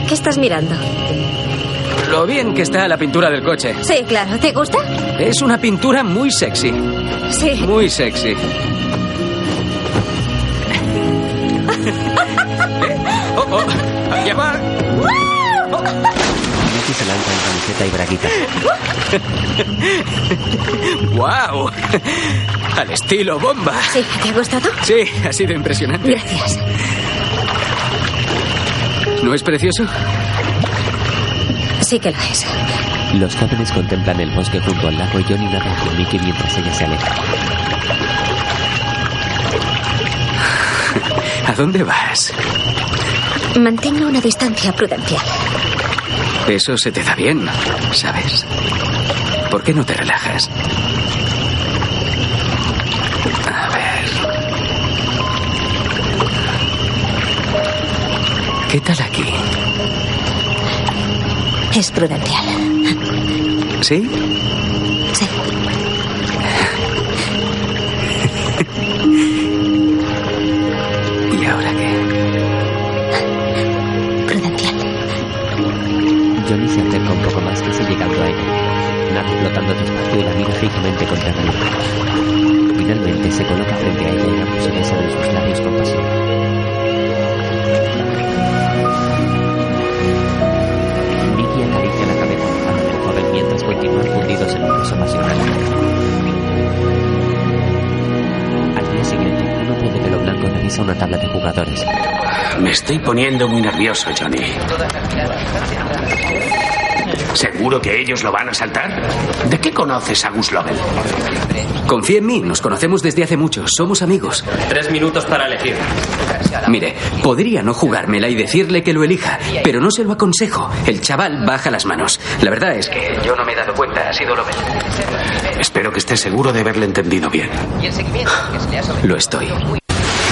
¿Qué estás mirando? Lo bien que está la pintura del coche. Sí, claro. ¿Te gusta? Es una pintura muy sexy. Sí. Muy [LAUGHS] sexy. Oh, oh, allá va. Mickey se lanza en camiseta y braguita. ¡Wow! Al estilo bomba. Sí, ¿te ha gustado? Sí, ha sido impresionante. Gracias. ¿No es precioso? Sí que lo es. Los jóvenes contemplan el bosque junto al lago y Johnny narra hacia Mickey mientras ella se aleja. ¿A dónde vas? Mantengo una distancia prudencial. Eso se te da bien, ¿sabes? ¿Por qué no te relajas? A ver. ¿Qué tal aquí? Es prudencial. ¿Sí? Sí. ¿Y ahora qué? Johnny se acerca un poco más, casi llegando a ella. Nada flotando despacio y la mira fijamente contra la luz. Finalmente se coloca frente a ella y ambos se besan en sus labios con pasión. Mickey acaricia la cabeza mojada del joven mientras continúan fundidos en un beso pasional. Al día siguiente, un hombre de pelo blanco revisa una tabla de jugadores. Me estoy poniendo muy nervioso, Johnny. ¿Seguro que ellos lo van a saltar? ¿De qué conoces a Gus Lovell? Confía en mí, nos conocemos desde hace mucho, somos amigos. Tres minutos para elegir. Mire, podría no jugármela y decirle que lo elija, pero no se lo aconsejo. El chaval baja las manos. La verdad es que yo no me he dado cuenta, ha sido Lovell. Espero que estés seguro de haberle entendido bien. Y el seguimiento que se le ha sometido. Lo estoy.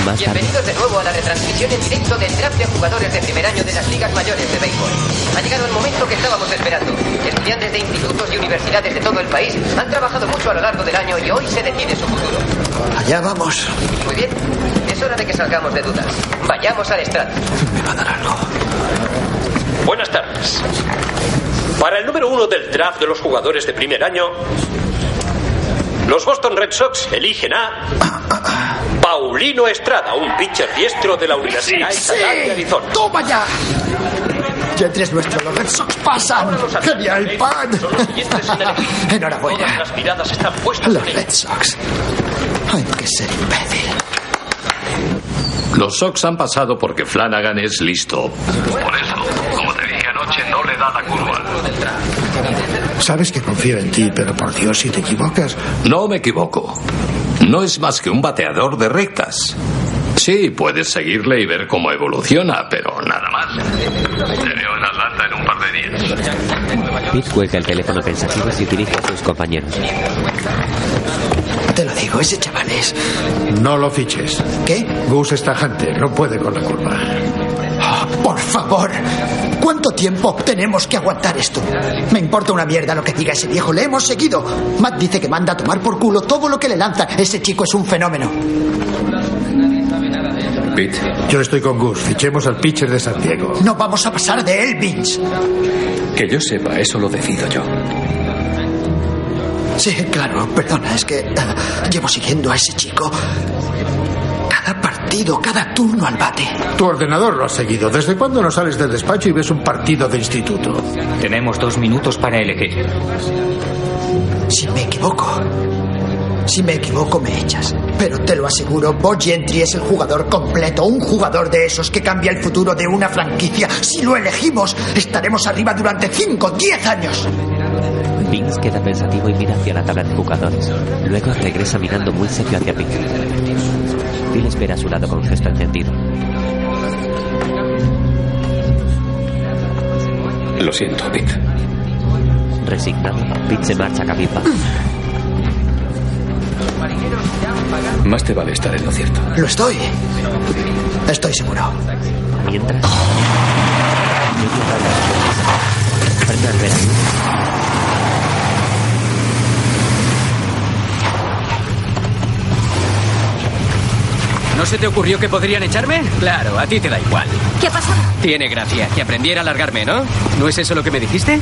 Más tarde, Bienvenidos de nuevo a la retransmisión en directo del draft de jugadores de primer año de las ligas mayores de béisbol. Ha llegado el momento que estábamos esperando. Estudiantes de institutos y universidades de todo el país han trabajado mucho a lo largo del año y hoy se decide su futuro. Allá vamos. Muy bien, es hora de que salgamos de dudas. Vayamos al estrado. Buenas tardes. Para el número uno del draft de los jugadores de primer año, los Boston Red Sox eligen a [COUGHS] Paulino Estrada, un pitcher diestro de la Universidad Estatal de Arizona. ¡Toma ya! Ya tienes nuestro, los Red Sox pasan. ¡Genial, pan! Todas [LAUGHS] Enhorabuena. las miradas están puestas Los en él. Red Sox. Hay que ser imbécil. Los Sox han pasado porque Flanagan es listo. Por eso, como te dije anoche, no le da la curva. Sabes que confío en ti, pero por Dios, si te equivocas. No me equivoco. No es más que un bateador de rectas. Sí, puedes seguirle y ver cómo evoluciona, pero nada más. Te veo en Atlanta en un par de días. Pete cuelga el teléfono pensativo y se dirige a sus compañeros. Te lo digo, ese chaval es. No lo fiches. ¿Qué? Gus es tajante, no puede con la curva. Ah, Por favor, ¿cuánto tiempo tenemos que aguantar esto? Me importa una mierda lo que diga ese viejo, le hemos seguido. Matt dice que manda a tomar por culo todo lo que le lanza. Ese chico es un fenómeno. Pete. Yo estoy con Gus, fichemos al pitcher de San Diego. No vamos a pasar de él, Vince. Que yo sepa, eso lo decido yo. Sí, claro, perdona, es que ah, llevo siguiendo a ese chico cada partido, cada turno al bate. Tu ordenador lo ha seguido. ¿Desde cuándo no sales del despacho y ves un partido de instituto? Tenemos dos minutos para elegir. Si me equivoco, si me equivoco me echas. Pero te lo aseguro, Bo Gentry es el jugador completo, un jugador de esos que cambia el futuro de una franquicia. Si lo elegimos, estaremos arriba durante 5, 10 años. Vince queda pensativo y mira hacia la tabla de jugadores. Luego regresa mirando muy serio hacia Pete. Phil espera a su lado con gesto encendido. Lo siento, Pete. Resignado, Pete se marcha cabizbajo. Más te vale estar en lo cierto. Lo estoy. Estoy seguro. Mientras... Medio tabla de jugadores. Frente al verano, ¿No se te ocurrió que podrían echarme? Claro, a ti te da igual. ¿Qué ha pasado? Tiene gracia que aprendiera a largarme, ¿no? ¿No es eso lo que me dijiste?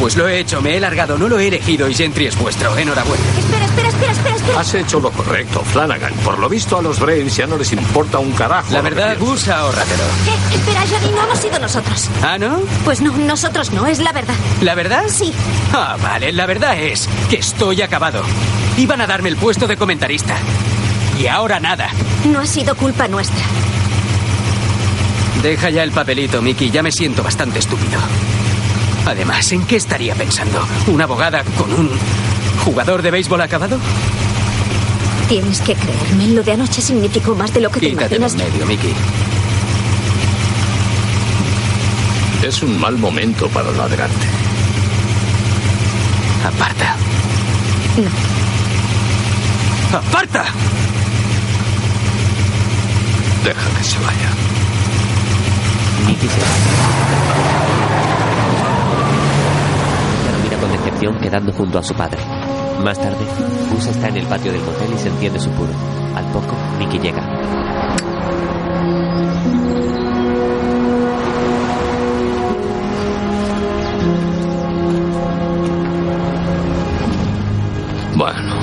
Pues lo he hecho, me he largado, no lo he elegido y Gentry es vuestro. Enhorabuena. Espera, espera, espera, espera, espera. Has hecho lo correcto, Flanagan. Por lo visto, a los Braves ya no les importa un carajo. La lo que verdad, Gus, ahórratelo. ¿Qué? Espera, Javi, no hemos sido nosotros. ¿Ah, no? Pues no, nosotros no, es la verdad. ¿La verdad? Sí. Ah, vale, la verdad es que estoy acabado. Iban a darme el puesto de comentarista. Y ahora nada. No ha sido culpa nuestra. Deja ya el papelito, Mickey. Ya me siento bastante estúpido. Además, ¿en qué estaría pensando? ¿Una abogada con un jugador de béisbol acabado? Tienes que creerme, lo de anoche significó más de lo que te Quítate de en imaginas. medio, Mickey. Es un mal momento para ladrarte. Aparta. ¡Aparta! Deja que se vaya. Nicky se va. Ella lo mira con decepción quedando junto a su padre. Más tarde, Gus está en el patio del hotel y se enciende su puro. Al poco, Nicky llega. Bueno.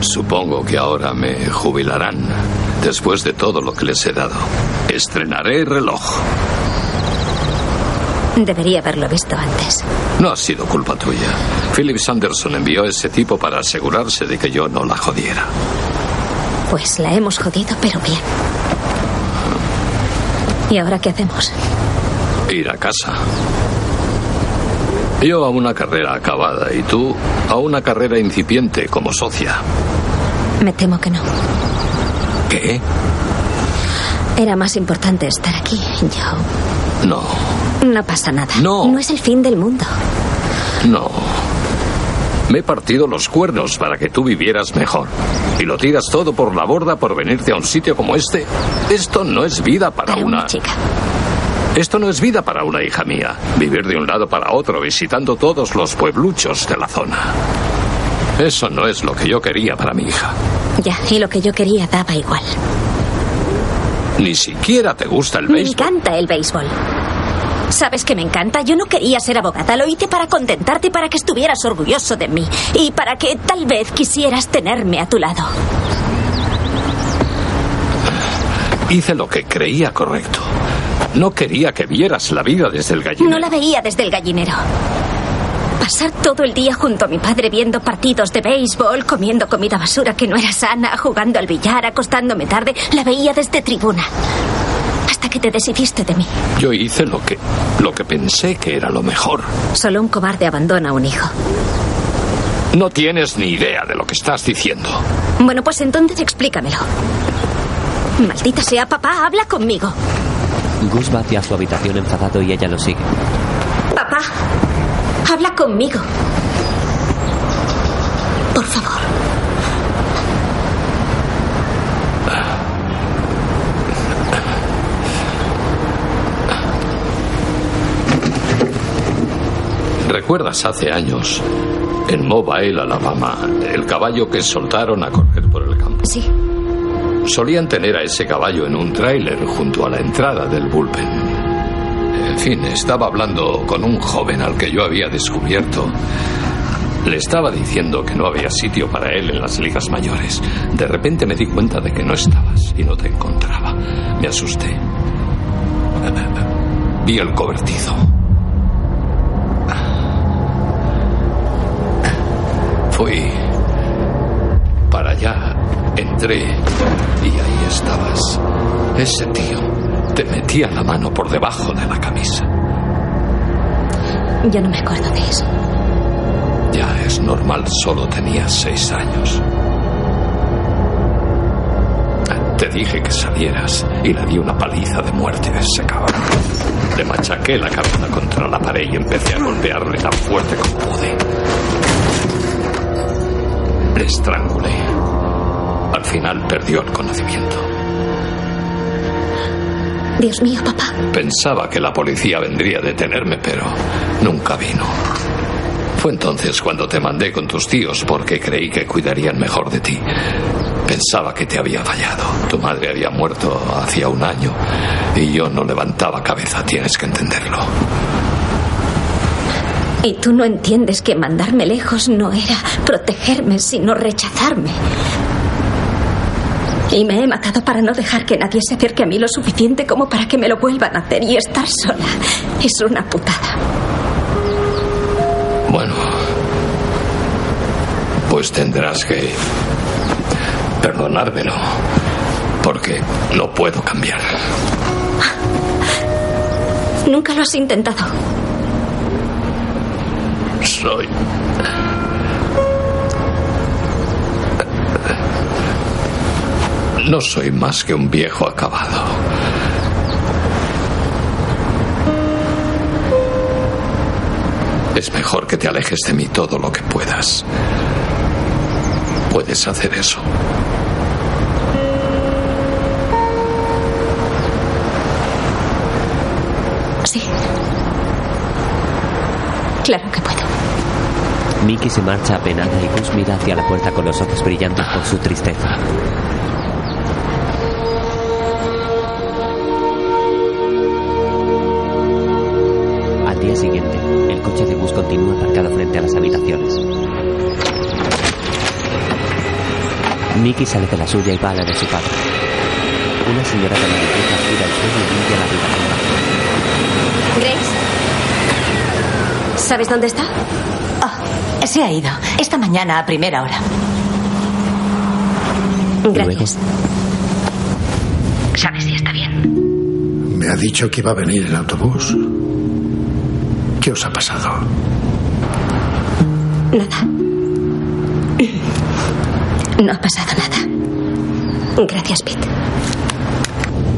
Supongo que ahora me jubilarán. Después de todo lo que les he dado. Estrenaré reloj. Debería haberlo visto antes. No ha sido culpa tuya. Philip Sanderson envió a ese tipo para asegurarse de que yo no la jodiera. Pues la hemos jodido, pero bien. ¿Y ahora qué hacemos? Ir a casa. Yo a una carrera acabada y tú a una carrera incipiente como socia. Me temo que no. ¿Qué? Era más importante estar aquí, yo. No, No pasa nada. No. No es el fin del mundo. no. Me he partido los cuernos para que tú vivieras mejor. Y lo tiras todo por la borda por venirte a un sitio como este. Esto no es vida para, una... chica. Esto no es vida para una hija mía. Vivir de un lado para otro visitando todos los puebluchos de la zona. Eso no es lo que yo quería para mi hija. Ya, y lo que yo quería daba igual. Ni siquiera te gusta el Me béisbol. encanta el béisbol. ¿Sabes que me encanta? Yo no quería ser abogada. Lo hice para contentarte, para que estuvieras orgulloso de mí y para que tal vez quisieras tenerme a tu lado. Hice lo que creía correcto. No quería que vieras la vida desde el gallego. No la veía desde el gallinero. Pasar todo el día junto a mi padre viendo partidos de béisbol, comiendo comida basura que no era sana, jugando al billar, acostándome tarde, la veía desde tribuna. Hasta que te decidiste de mí. Yo hice lo que, lo que pensé que era lo mejor. Solo un cobarde abandona a un hijo. No tienes ni idea de lo que estás diciendo. Bueno, pues entonces explícamelo. Maldita sea, papá, habla conmigo. Gus va hacia su habitación enfadado y ella lo sigue. Papá, habla conmigo. Por favor. ¿Recuerdas hace años, en Mobile, Alabama, el caballo que soltaron a correr por el campo? Sí. Solían tener a ese caballo en un tráiler junto a la entrada del bullpen. En fin, estaba hablando con un joven al que yo había descubierto. Le estaba diciendo que no había sitio para él en las ligas mayores. De repente me di cuenta de que no estabas y no te encontraba. Me asusté. Vi el cobertizo. Fui para allá, entré y ahí estabas. Ese tío te metía la mano por debajo de la camisa. Yo no me acuerdo de eso. Ya es normal, solo tenías seis años. Te dije que salieras y le di una paliza de muerte a ese cabrón. Le machaqué la cabeza contra la pared y empecé a golpearle tan fuerte como pude. Le estrangulé. Al final perdió el conocimiento. Dios mío, papá. Pensaba que la policía vendría a detenerme, pero nunca vino. Fue entonces cuando te mandé con tus tíos porque creí que cuidarían mejor de ti. Pensaba que te había fallado. Tu madre había muerto hacía un año y yo no levantaba cabeza, tienes que entenderlo. Y tú no entiendes que mandarme lejos no era protegerme, sino rechazarme. Y me he matado para no dejar que nadie se acerque a mí lo suficiente como para que me lo vuelvan a hacer y estar sola. Es una putada. Bueno, pues tendrás que perdonármelo, porque no puedo cambiar. Nunca lo has intentado. Soy... No soy más que un viejo acabado. Es mejor que te alejes de mí todo lo que puedas. Puedes hacer eso. Sí. Claro que puedo. Mickey se marcha apenada y Gus mira hacia la puerta con los ojos brillantes por su tristeza. Al día siguiente, el coche de Gus continúa aparcado frente a las habitaciones. Mickey sale de la suya y va a la de su padre. Una señora con la bicicleta gira el suelo y limpia la habitación. Grace. ¿Sabes dónde está? Oh, se ha ido. Esta mañana a primera hora. Gracias. ¿Sabes si está bien? Me ha dicho que iba a venir el autobús. ¿Qué os ha pasado? Nada. No ha pasado nada. Gracias, Pete.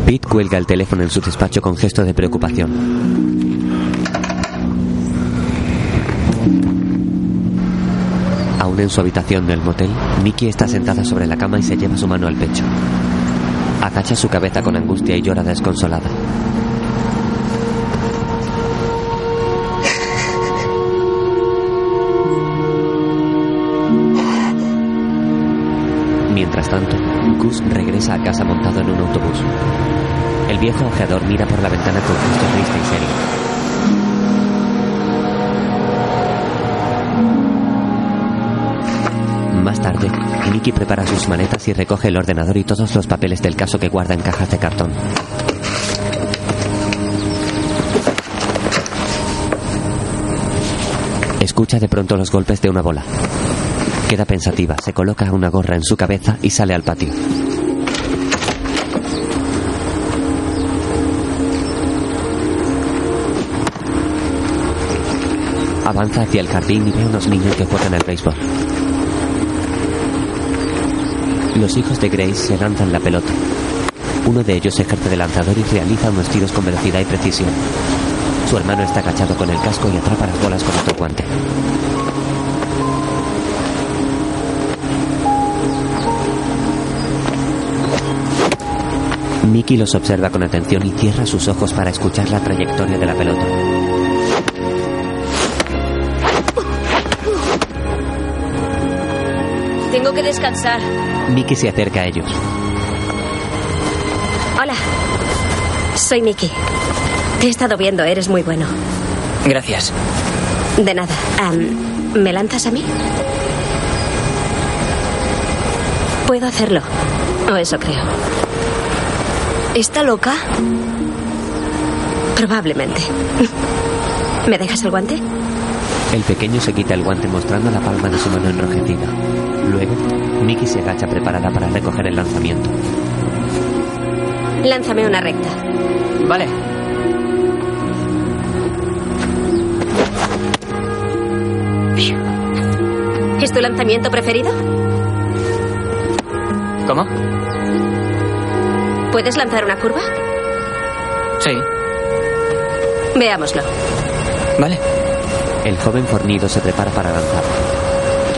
Pete cuelga el teléfono en su despacho con gesto de preocupación. Aún en su habitación del motel, Mickey está sentada sobre la cama y se lleva su mano al pecho. Agacha su cabeza con angustia y llora desconsolada. Mientras tanto, Gus regresa a casa montado en un autobús. El viejo ojeador mira por la ventana con gesto triste y serio. Más tarde, Nicky prepara sus maletas y recoge el ordenador y todos los papeles del caso que guarda en cajas de cartón. Escucha de pronto los golpes de una bola. Queda pensativa, se coloca una gorra en su cabeza y sale al patio. Avanza hacia el jardín y ve a unos niños que juegan al béisbol. Los hijos de Grace se lanzan la pelota. Uno de ellos ejerce de lanzador y realiza unos tiros con velocidad y precisión. Su hermano está agachado con el casco y atrapa las bolas con otro guante. Mickey los observa con atención y cierra sus ojos para escuchar la trayectoria de la pelota. Tengo que descansar. Mickey se acerca a ellos. Hola. Soy Mickey. Te he estado viendo, eres muy bueno. Gracias. De nada. Am, ¿Me lanzas a mí? Puedo hacerlo. O eso creo. ¿Está loca? Probablemente. [LAUGHS] ¿Me dejas el guante? El pequeño se quita el guante mostrando la palma de su mano enrojecida. Luego, Mickey se agacha preparada para recoger el lanzamiento. Lánzame una recta. Vale. ¿Es tu lanzamiento preferido? ¿Cómo? ¿Puedes lanzar una curva? Sí. Veámoslo. Vale. El joven fornido se prepara para lanzar.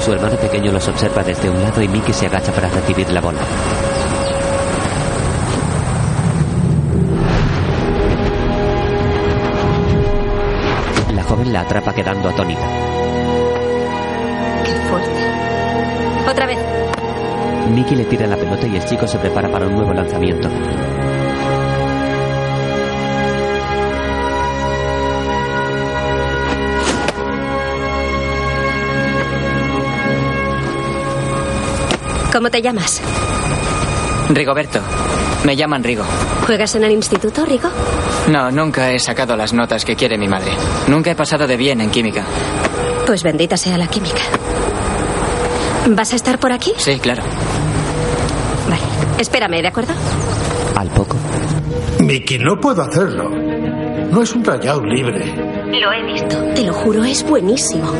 Su hermano pequeño los observa desde un lado y Mickey se agacha para recibir la bola. La joven la atrapa quedando atónita. Qué fuerte. Otra vez. Mickey le tira la pelota y el chico se prepara para un nuevo lanzamiento. ¿Cómo te llamas? Rigoberto. Me llaman Rigo. ¿Juegas en el instituto, Rico? No, nunca he sacado las notas que quiere mi madre. Nunca he pasado de bien en química. Pues bendita sea la química. ¿Vas a estar por aquí? Sí, claro. Espérame, ¿de acuerdo? Al poco. Mickey, no puedo hacerlo. No es un tryout libre. Lo he visto. Te lo juro, es buenísimo.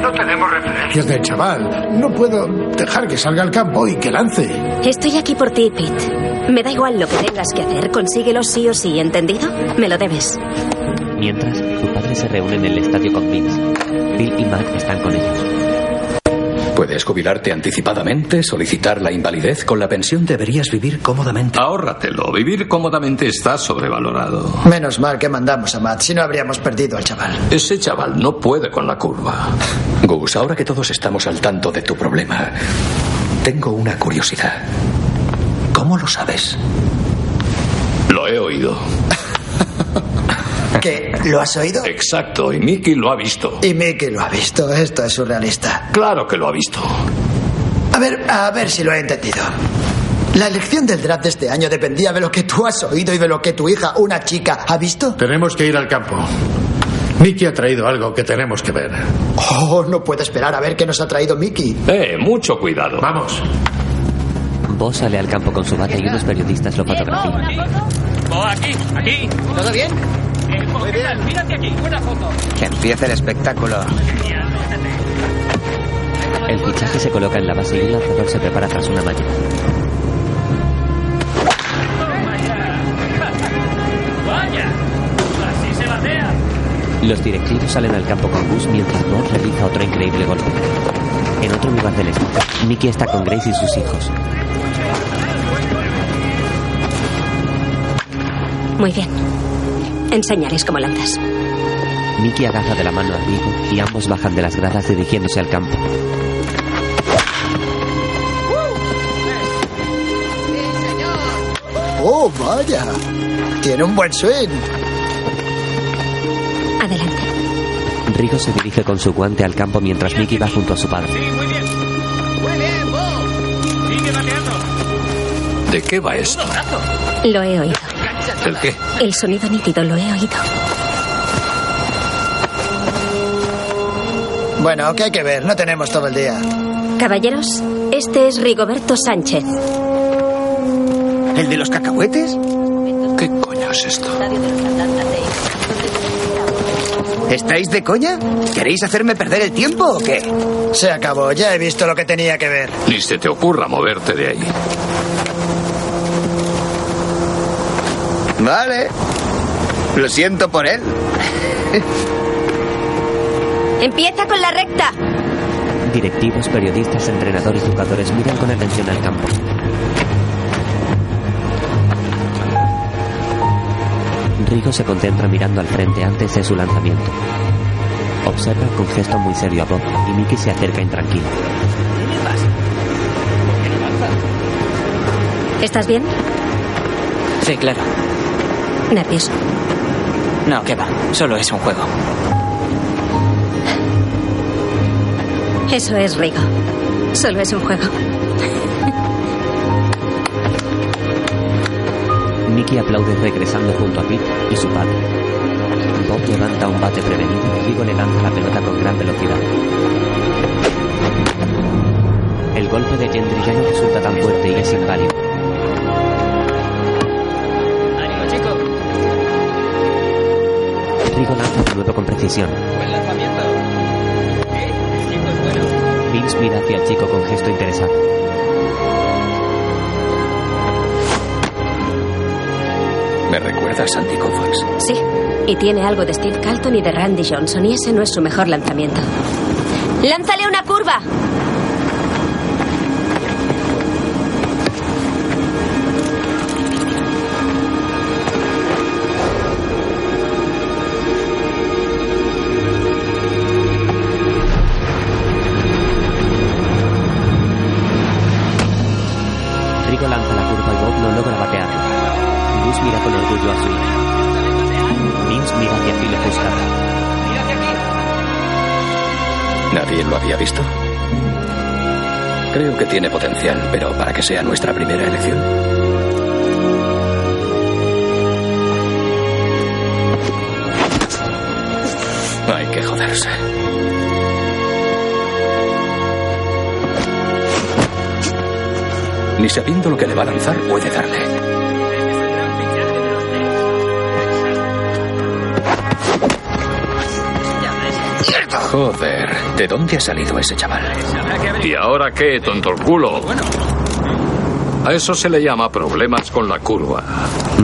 No tenemos referencias del chaval. No puedo dejar que salga al campo y que lance. Estoy aquí por ti, Pete. Me da igual lo que tengas que hacer. Consíguelo sí o sí, ¿entendido? Me lo debes. Mientras, su padre se reúne en el estadio con Vince. Bill y Matt están con ellos. Puedes jubilarte anticipadamente, solicitar la invalidez. Con la pensión deberías vivir cómodamente. Ahórratelo. Vivir cómodamente está sobrevalorado. Menos mal que mandamos a Matt, si no habríamos perdido al chaval. Ese chaval no puede con la curva. Gus, ahora que todos estamos al tanto de tu problema, tengo una curiosidad. ¿Cómo lo sabes? Lo he oído. ¿Qué? ¿Lo has oído? Exacto, y Mickey lo ha visto. Y Mickey lo ha visto, esto es surrealista. Claro que lo ha visto. A ver, a ver si lo he entendido. La elección del draft de este año dependía de lo que tú has oído y de lo que tu hija, una chica, ha visto. Tenemos que ir al campo. Mickey ha traído algo que tenemos que ver. Oh, no puedo esperar a ver qué nos ha traído Mickey. Eh, mucho cuidado. Vamos. Bo sale al campo con su bata y unos periodistas lo fotografían. Oh, aquí, aquí. ¿Todo bien? Muy bien. Mírate aquí, buena foto. Que empiece el espectáculo. El fichaje se coloca en la base y el lanzador se prepara tras una malla. ¡Vaya! Así se batea. Los directivos salen al campo con Gus mientras Bob realiza otro increíble golpe. En otro lugar del estadio, Mickey está con Grace y sus hijos. Muy bien. Enseñales cómo lanzas. Mickey agarra de la mano a Rigo y ambos bajan de las gradas dirigiéndose al campo. Oh, vaya. Tiene un buen swing. Adelante. Rigo se dirige con su guante al campo mientras Mickey va junto a su padre. ¿De qué va esto? Lo he oído. ¿El qué? El sonido nítido lo he oído. Bueno, que hay que ver, no tenemos todo el día. Caballeros, este es Rigoberto Sánchez. ¿El de los cacahuetes? ¿Qué coño es esto? ¿Estáis de coña? ¿Queréis hacerme perder el tiempo o qué? Se acabó, ya he visto lo que tenía que ver. Ni se te ocurra moverte de ahí. Vale. Lo siento por él. Empieza con la recta. Directivos, periodistas, entrenadores, jugadores miran con atención al campo. Rigo se concentra mirando al frente antes de su lanzamiento. Observa con gesto muy serio a Bob y Mickey se acerca intranquilo. ¿Estás bien? Sí, claro. Nervioso. No, que va. Solo es un juego. Eso es Rigo. Solo es un juego. Mickey aplaude regresando junto a Pete y su padre. Bob levanta un bate prevenido y Rigo le lanza la pelota con gran velocidad. El golpe de Gentry Young resulta tan fuerte y es inválido. ¡Ánimo, chico! Rigo lanza de nuevo con precisión. ¡Buen lanzamiento! ¿Eh? El chico es bueno. Vince mira hacia el chico con gesto interesado. ¿Me recuerdas, Andy Koufax? Sí. Y tiene algo de Steve Carlton y de Randy Johnson y ese no es su mejor lanzamiento. Lánzale una curva. Rico lanza la curva y Bob no logra batearla. Gus mira con orgullo a su hijo. Vince mira hacia Phil Hustar. Nadie lo había visto. Creo que tiene potencial, pero para que sea nuestra primera elección. Hay que joderse. Ni sabiendo lo que le va a lanzar, puede darle. Joder, ¿de dónde ha salido ese chaval? ¿Y ahora qué, tonto el culo? A eso se le llama problemas con la curva.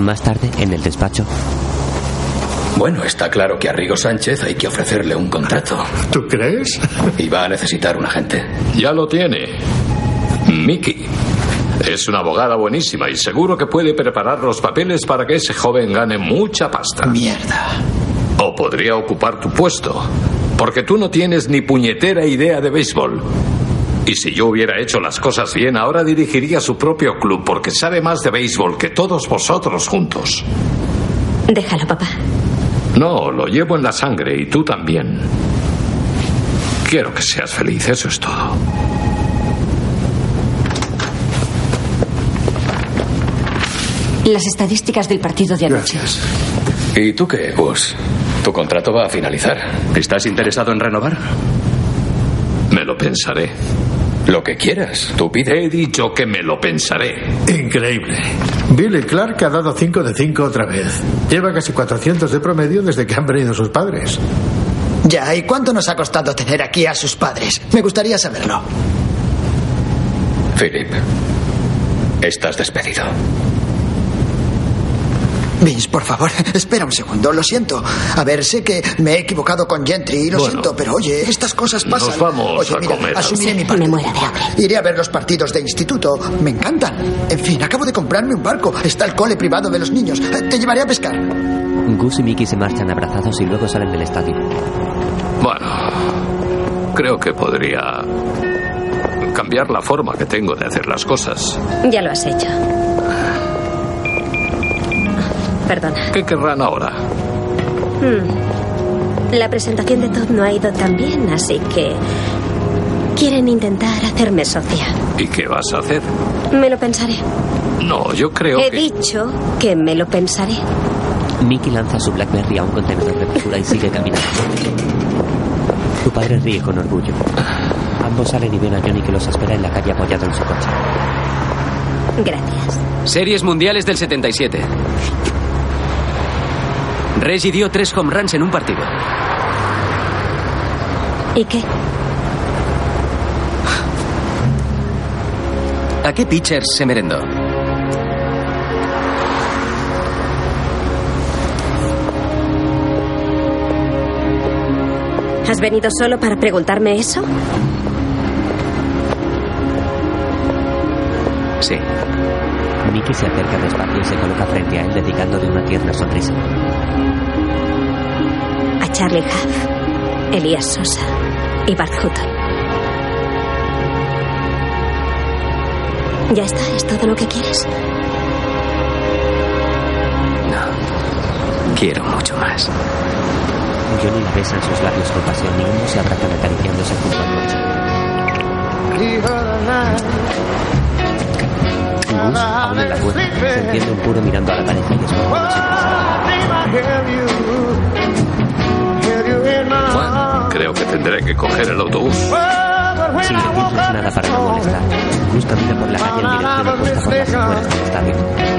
Más tarde, en el despacho, Bueno, está claro que a Rigo Sánchez hay que ofrecerle un contrato. ¿Tú crees? Y va a necesitar un agente. Ya lo tiene. Mickey. Es una abogada buenísima y seguro que puede preparar los papeles para que ese joven gane mucha pasta. Mierda. O podría ocupar tu puesto. Porque tú no tienes ni puñetera idea de béisbol. Y si yo hubiera hecho las cosas bien, ahora dirigiría su propio club porque sabe más de béisbol que todos vosotros juntos. Déjalo, papá. No, lo llevo en la sangre y tú también. Quiero que seas feliz, eso es todo. Las estadísticas del partido de anoche. ¿Y tú qué, Gus? Tu contrato va a finalizar. ¿Estás interesado en renovar? Me lo pensaré. Lo que quieras, tú pide. He dicho que me lo pensaré. Increíble. Billy Clark ha dado 5 de 5 otra vez. Lleva casi 400 de promedio desde que han venido sus padres. Ya, ¿y cuánto nos ha costado tener aquí a sus padres? Me gustaría saberlo. Philip, estás despedido. Vince, por favor, espera un segundo, lo siento. A ver, sé que me he equivocado con Gentry, lo Bueno. siento, pero oye, estas cosas pasan. Nos vamos Oye, a mira, comer. asumiré mi parte. Iré a ver los partidos de instituto, me encantan. En fin, acabo de comprarme un barco, está el cole privado de los niños. Eh, Te llevaré a pescar. Gus y Mickey se marchan abrazados y luego salen del estadio. Bueno, creo que podría cambiar la forma que tengo de hacer las cosas. Ya lo has hecho. Perdona. ¿Qué querrán ahora? Mm. La presentación de Todd no ha ido tan bien, así que... Quieren intentar hacerme socia. ¿Y qué vas a hacer? Me lo pensaré. No, yo creo He que... dicho que me lo pensaré. Mickey lanza su Blackberry a un contenedor de basura y sigue caminando. Su padre ríe con orgullo. Ambos salen y ven a Johnny que los espera en la calle apoyado en su coche. Gracias. Series mundiales del 77. Reggie dio tres home runs en un partido. ¿Y qué? ¿A qué pitcher se merendó? ¿Has venido solo para preguntarme eso? Sí. Nicky se acerca despacio y se coloca frente a él dedicándole una tierna sonrisa. A Charlie Huff, Elías Sosa y Bart Hutton. ¿Ya está? ¿Es todo lo que quieres? Quiero mucho más. Johnny la besa en sus labios con pasión y ambos se abrazan acariciándose junto al coche. Gus, aún en la puerta, se enciende un puro mirando a la pareja y escucha los Creo que tendré que coger el autobús. Sin decirles nada para no molestar, Gus camina por la calle en dirección opuesta por las afueras del estadio.